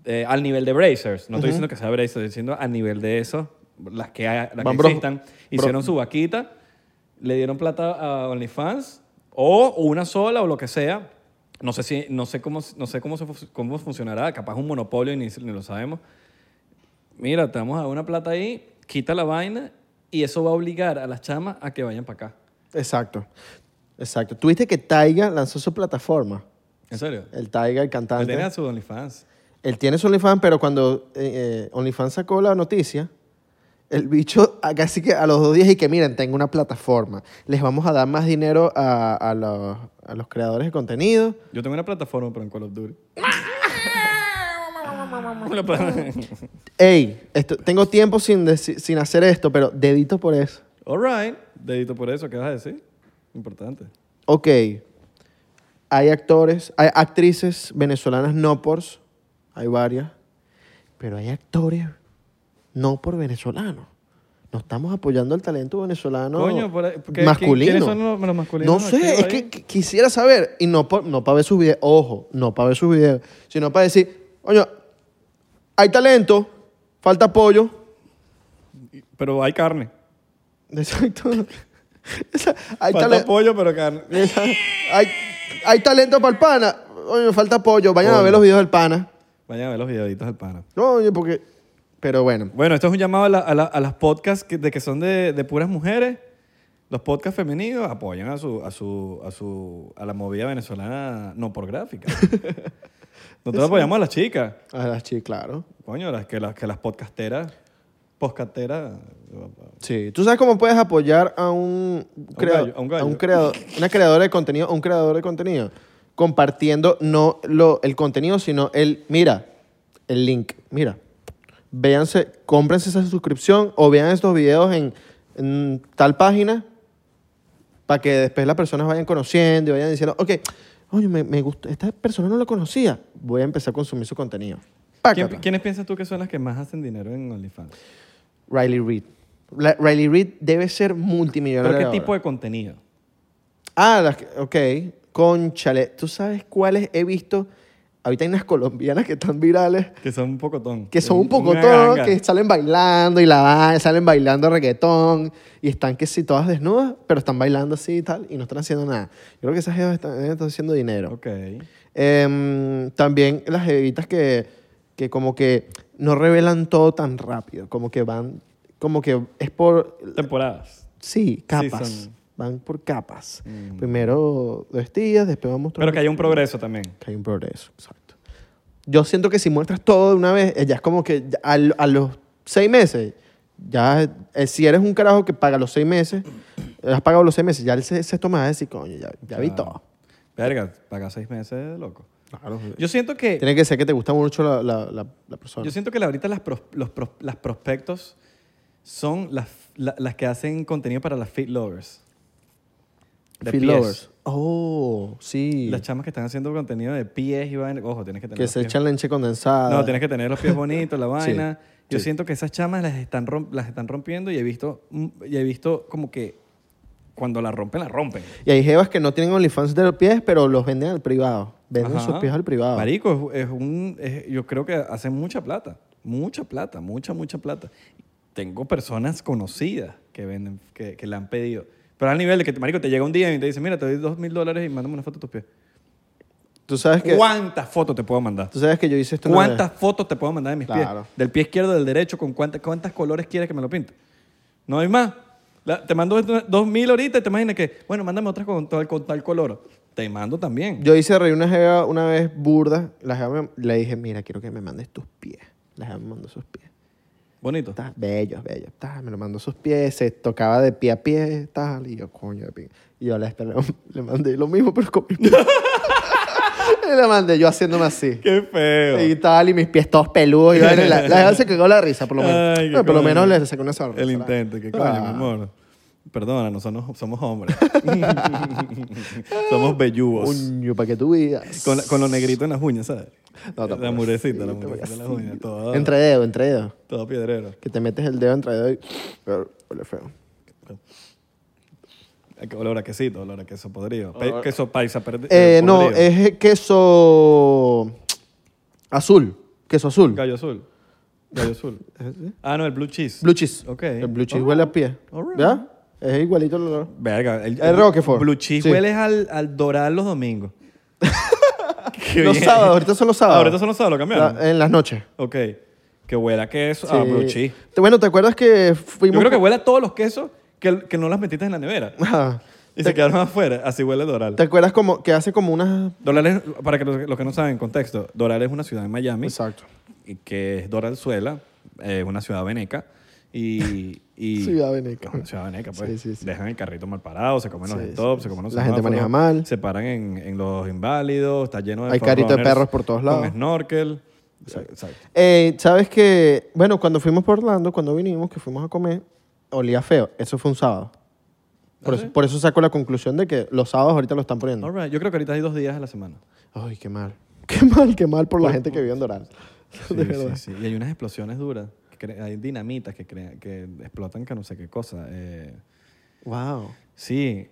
S2: eh, al nivel de Brazers, no estoy diciendo que sea Brazers, estoy diciendo al nivel de eso, las que, ha- las que
S1: Van Bro-
S2: existan, hicieron su vaquita, le dieron plata a OnlyFans o una sola o lo que sea. No sé, si, no sé, cómo, no sé cómo, se fu- cómo funcionará, capaz un monopolio y ni, ni lo sabemos. Mira, te vamos a dar una plata ahí, quita la vaina y eso va a obligar a las chamas a que vayan para acá.
S1: Exacto. Exacto. Tuviste que Taiga lanzó su plataforma.
S2: ¿En serio?
S1: El Taiga, el
S2: Él
S1: cantante.
S2: tenía su OnlyFans.
S1: Él tiene su OnlyFans, pero cuando eh, eh, OnlyFans sacó la noticia, el bicho a- casi que a los dos días y que miren, tengo una plataforma. Les vamos a dar más dinero a, a los, a los creadores de contenido.
S2: Yo tengo una plataforma, pero en Call of Duty.
S1: Ey, esto- tengo tiempo sin, deci- sin hacer esto, pero dedito por eso.
S2: <laughs> All right. Dedito por eso, ¿qué vas a decir? Importante.
S1: Ok. Hay actores, hay actrices venezolanas no por, hay varias, pero hay actores no por venezolanos. No estamos apoyando el talento venezolano
S2: Coño, por ahí- ¿qué- quién-
S1: masculino.
S2: quiénes son los- los masculinos
S1: No sé,
S2: activos
S1: es
S2: ahí?
S1: que qu- quisiera saber, y no, por- no para ver sus videos, ojo, no para ver sus videos, sino para decir, coño, hay talento, falta apoyo. <laughs>
S2: Pero hay carne.
S1: Exacto. <laughs> Esa- hay
S2: Falta
S1: talen-
S2: pollo, pero carne.
S1: Esa- hay, hay talento para el pana. Oye, falta pollo. Vayan a ver los videos del pana.
S2: Vayan a ver los videitos al pana.
S1: No, oye, porque. Pero bueno.
S2: Bueno, esto es un llamado a, la- a la- a las podcasts que, de que son de, de puras mujeres. Los podcasts femeninos apoyan a su, a su, a su, a la movida venezolana no por gráfica. Nosotros apoyamos a las chicas.
S1: A las chicas, Ah, claro.
S2: Coño, las que las, que las podcasteras, podcasteras,
S1: Sí. ¿Tú sabes cómo puedes apoyar a un, crea-
S2: gallo, a un gallo.
S1: creador, una creadora de contenido, a un creador de contenido? Compartiendo no lo, el contenido, sino el, mira, el link, mira. Véanse, cómprense esa suscripción o vean estos videos en, en tal página para que después las personas vayan conociendo y vayan diciendo, ok, oye, me, me gustó, esta persona no la conocía, voy a empezar a consumir su contenido.
S2: ¿Quién-
S1: Pácata.
S2: ¿Quiénes piensas tú que son las que más hacen dinero en OnlyFans?
S1: Riley Reid. La- Riley Reid debe ser
S2: ¿Pero
S1: multimillonaria.
S2: qué
S1: ahora.
S2: tipo de contenido?
S1: Ah, las que- ok. Conchale, ¿tú sabes cuáles he visto? Ahorita hay unas colombianas que están virales,
S2: Que son un pocotón.
S1: que son un poco
S2: Una
S1: todo,
S2: ganga.
S1: que salen bailando y la van, salen bailando reggaetón y están que sí, todas desnudas, pero están bailando así y tal y no están haciendo nada. Yo creo que esas jevas están, eh, están haciendo dinero.
S2: Ok.
S1: Em, también las jevitas que, que como que no revelan todo tan rápido, como que van, como que es por
S2: Temporadas.
S1: Sí, capas.
S2: son- Mm.
S1: Van por capas. Primero vestías, después vamos
S2: Pero que haya un progreso también.
S1: que hay un progreso, exacto. Yo siento que si muestras todo de una vez, eh, ya es como que ya al- a, los seis meses, ya eh, si eres un carajo que paga los seis meses, eh, has pagado los seis meses, ya el se- sexto mes vas a decir, coño, ya, ya vi todo.
S2: Claro. Ah. Verga, paga seis meses, loco.
S1: Claro.
S2: Yo siento que...
S1: Tiene que ser que te gusta mucho la, la, la, la persona.
S2: Yo siento que la- ahorita las, pros- los pros- las prospectos son las, la- las que hacen contenido para las fit lovers. De
S1: Feel
S2: pies.
S1: lovers. Oh, sí.
S2: Las chamas que están haciendo contenido de pies y vaina. Ojo, tienes que tener
S1: Que
S2: los
S1: se
S2: pies.
S1: echan leche condensada.
S2: No, tienes que tener los pies bonitos, la
S1: Ah, <laughs> Sí,
S2: vaina. Yo
S1: sí.
S2: siento que esas chamas las están, rom- las están rompiendo y he visto mm, y he visto como que cuando la rompen, la rompen.
S1: Y hay jevas que no tienen OnlyFans de los pies, pero los venden al privado. Venden
S2: Ajá.
S1: sus pies al privado.
S2: Marico, es, es un, es- yo creo que hacen mucha plata, mucha plata, mucha, mucha plata. Tengo personas conocidas que venden, que, que le han pedido. Pero al nivel de que, marico, te llega un día y te dice, mira, te doy dos mil dólares y mándame una foto de tus pies.
S1: Tú sabes que,
S2: ¿Cuántas fotos te puedo mandar?
S1: tú sabes que yo hice esto. una
S2: ¿Cuántas
S1: vez.
S2: fotos te puedo mandar de mis
S1: Claro.
S2: pies? Del pie izquierdo, del derecho, con cuántas, cuántas colores quieres que me lo pinte. No hay más. La- te mando esto- dos mil ahorita y te imaginas que, bueno, mándame otras con tal, con tal color. Te mando también.
S1: Yo hice reír una jeva una vez burda. La jeva me- le dije, mira, quiero que me mandes tus pies. La jeva me mandó sus pies.
S2: Bonito.
S1: Estás bellos, bellos. Ta, me lo mandó sus pies, se tocaba de pie a pie, tal. Y yo, coño, de pie. Y yo le, esperé- <laughs> le mandé lo mismo, pero con mis pies. <laughs> y le mandé yo haciéndome así.
S2: Qué feo.
S1: Y tal, y mis pies todos peludos. Y vaina, y la, la jeva se cagó la risa, por lo menos.
S2: Ay, qué
S1: No, por lo
S2: coño.
S1: menos le sacó una sonrisa.
S2: El intento, que coño,
S1: Ah.
S2: mi amor. Perdona, no somos, somos hombres. <laughs> somos bellugos.
S1: Coño, para que tú veas.
S2: Con, la- con lo negrito en las uñas, ¿sabes?
S1: No, tampoco
S2: la murecita, la
S1: así,
S2: murecita en las
S1: tampoco así.
S2: uñas. Todo,
S1: Entre dedos, entre dedos.
S2: todo piedrero.
S1: Que te metes el dedo entre dedos y... Pero, Huele feo.
S2: Hay que Olor a quesito, olor a queso podrido. Pe- queso paisa perdi-
S1: Eh,
S2: eh,
S1: no,
S2: podrido.
S1: es el queso azul. Queso azul.
S2: Gallo azul.
S1: <laughs>
S2: Gallo azul. Ah, no, el blue cheese.
S1: Blue cheese.
S2: Ok. Oh.
S1: El blue cheese huele a pie.
S2: Alright.
S1: ¿Verdad? Es igualito el olor.
S2: Verga. El,
S1: El Roquefort.
S2: Blue cheese
S1: Sí.
S2: hueles al, al dorar
S1: <laughs>
S2: los domingos. Qué
S1: Los
S2: bien. Ah,
S1: sábados, ahorita son los sábados.
S2: Ahorita son los sábados, lo cambiaron.
S1: La- en las noches.
S2: Ok. Que huela queso. Ah,
S1: Sí.
S2: blue cheese.
S1: Te- Bueno, ¿te acuerdas que
S2: Yo
S1: fuimos...
S2: creo que huele a todos los quesos que, que no las metiste en la nevera.
S1: Ajá.
S2: Y se quedaron afuera. Así huele
S1: <laughs>
S2: Doral.
S1: ¿Te acuerdas como que hace como unas...
S2: Doral es, para que los, los que no saben contexto, Doral es una ciudad en Miami,
S1: Exacto.
S2: y que es Doralzuela, es una ciudad veneca. Y,
S1: <laughs>
S2: y-
S1: Ciudad veneca.
S2: Es una ciudad veneca, pues.
S1: Sí, sí, sí.
S2: Dejan el carrito mal parado, se comen los
S1: Sí,
S2: stops,
S1: sí,
S2: se comen los
S1: la gente
S2: semáforos,
S1: maneja mal.
S2: Se paran en, en los inválidos, está lleno de.
S1: Hay carrito de
S2: frontrunners
S1: perros por todos lados.
S2: Con snorkel. Exacto. exacto.
S1: Eh, Sabes que, bueno, cuando fuimos por Orlando, cuando vinimos, que fuimos a comer, olía feo. Eso fue un sábado. Por, eso, por eso saco la conclusión de que los sábados ahorita lo están poniendo.
S2: All right, Yo creo que ahorita hay dos días a la semana.
S1: Ay, qué mal. Qué mal, qué mal por la gente que vive en Doral. <laughs> <laughs>
S2: Sí,
S1: de verdad.
S2: sí, sí. Y hay unas explosiones duras. que cre- Hay dinamitas que, crea- que explotan que no sé qué cosa. Eh,
S1: Wow.
S2: sí,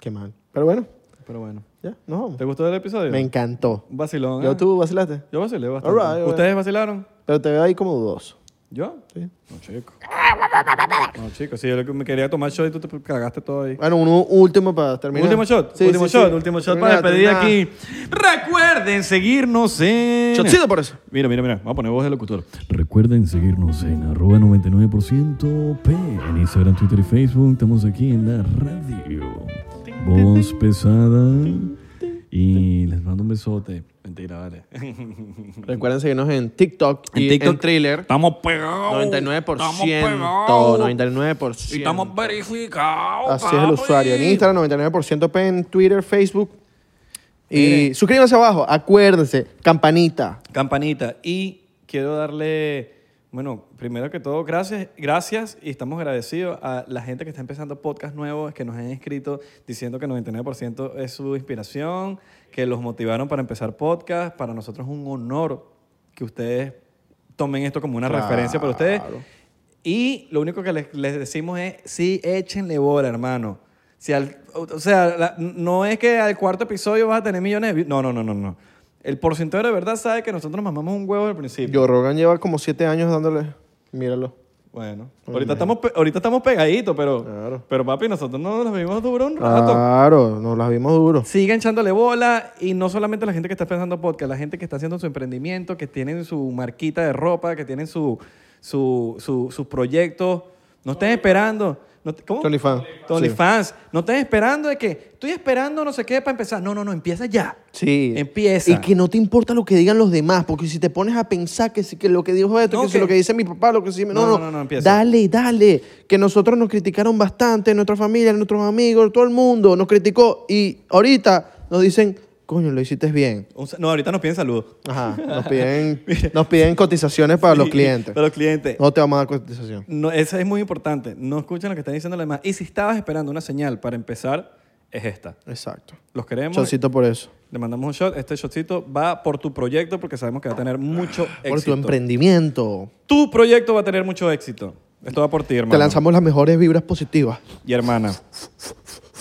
S1: Qué mal. Pero bueno,
S2: pero bueno.
S1: ya, nos vamos.
S2: ¿Te gustó el episodio?
S1: Me encantó.
S2: Un Vacilón. ¿eh?
S1: Yo tú vacilaste,
S2: Yo vacilé bastante.
S1: All right, all
S2: ¿Ustedes vacilaron?
S1: pero te veo ahí como dudoso.
S2: ¿Yo?
S1: Sí.
S2: No, chico. No, chico. Sí, yo lo que me quería tomar shot y tú te cagaste todo ahí.
S1: Bueno, uno último para terminar.
S2: último shot,
S1: Sí,
S2: último
S1: sí,
S2: shot,
S1: sí.
S2: último shot
S1: Termina,
S2: para despedir
S1: termina.
S2: aquí. Recuerden seguirnos en...
S1: Shotcito por eso.
S2: Mira, mira, mira. Vamos a poner voz de locutor. Recuerden seguirnos en arroba 99% P en Instagram, Twitter y Facebook. Estamos aquí en la radio. Voz pesada. Y les mando un besote. Mentira, vale.
S1: Recuerden seguirnos en TikTok y en, Thriller.
S2: Estamos pegados.
S1: 99%.
S2: Estamos pegados.
S1: 99%.
S2: Y estamos verificados.
S1: Así es el
S2: papi.
S1: usuario. En Instagram, 99% P, en Twitter, Facebook. Y
S2: Miren.
S1: suscríbanse abajo, acuérdense, campanita.
S2: Campanita. Y quiero darle, bueno, primero que todo, gracias, gracias y estamos agradecidos a la gente que está empezando podcast nuevos, que nos han escrito diciendo que 99% es su inspiración, que los motivaron para empezar podcast. Para nosotros es un honor que ustedes tomen esto como una
S1: Claro.
S2: referencia para ustedes. Y lo único que les, les decimos es, sí, échenle bola, hermano. Si al- o o sea, la- no es que al cuarto episodio vas a tener millones de views. No, no, no, no, no. El porcentaje de verdad sabe que nosotros mamamos un huevo al principio.
S1: Yo Rogan lleva como siete años dándole. Míralo.
S2: Bueno, ahorita estamos, pe- ahorita estamos pegaditos, pero,
S1: Claro. Ah,
S2: pero papi, nosotros no nos vimos duro un rato.
S1: Claro, nos las vimos duro.
S2: Sigan echándole bola y no solamente la gente que está pensando podcast, la gente que está haciendo su emprendimiento, que tienen su marquita de ropa, que tienen su, su, su- sus proyectos. No estén esperando. No te- ¿Cómo?
S1: Tony Fan.
S2: Tony
S1: Sí.
S2: Fans. No estén esperando de que estoy esperando no sé qué para empezar. No, no, no, empieza ya.
S1: Sí.
S2: Empieza.
S1: Y que no te importa lo que digan los demás, porque si te pones a pensar que, si- que lo que dijo esto,
S2: No,
S1: que, si
S2: que-
S1: lo que dice mi papá, lo que dice... No, no,
S2: No, no, no, no, empieza.
S1: Dale, dale. Que nosotros nos criticaron bastante, nuestra familia, nuestros amigos, todo el mundo nos criticó. Y ahorita nos dicen, coño, lo hiciste bien.
S2: Un sa- No, ahorita nos piden saludos.
S1: Ajá, nos
S2: <laughs>
S1: piden, nos piden cotizaciones para los
S2: Y- y-
S1: clientes.
S2: Para los clientes.
S1: No te vamos a dar cotización.
S2: No, eso es muy importante. No escuchen lo que están diciendo los demás. Y si estabas esperando una señal para empezar, es esta.
S1: Exacto.
S2: Los queremos.
S1: Chocito por eso.
S2: Le mandamos un shot. Este shotcito va por tu proyecto porque sabemos que va a tener mucho éxito.
S1: Por tu emprendimiento.
S2: Tu proyecto va a tener mucho éxito. Esto va por ti, hermano.
S1: Te lanzamos las mejores vibras positivas.
S2: Y hermana.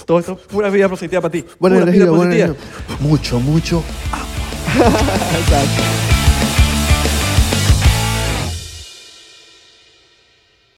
S2: Todo esto es pura vida positiva para ti.
S1: Buena
S2: pura
S1: energía,
S2: vida
S1: buena
S2: positiva.
S1: energía. Mucho, mucho. amor. Exacto.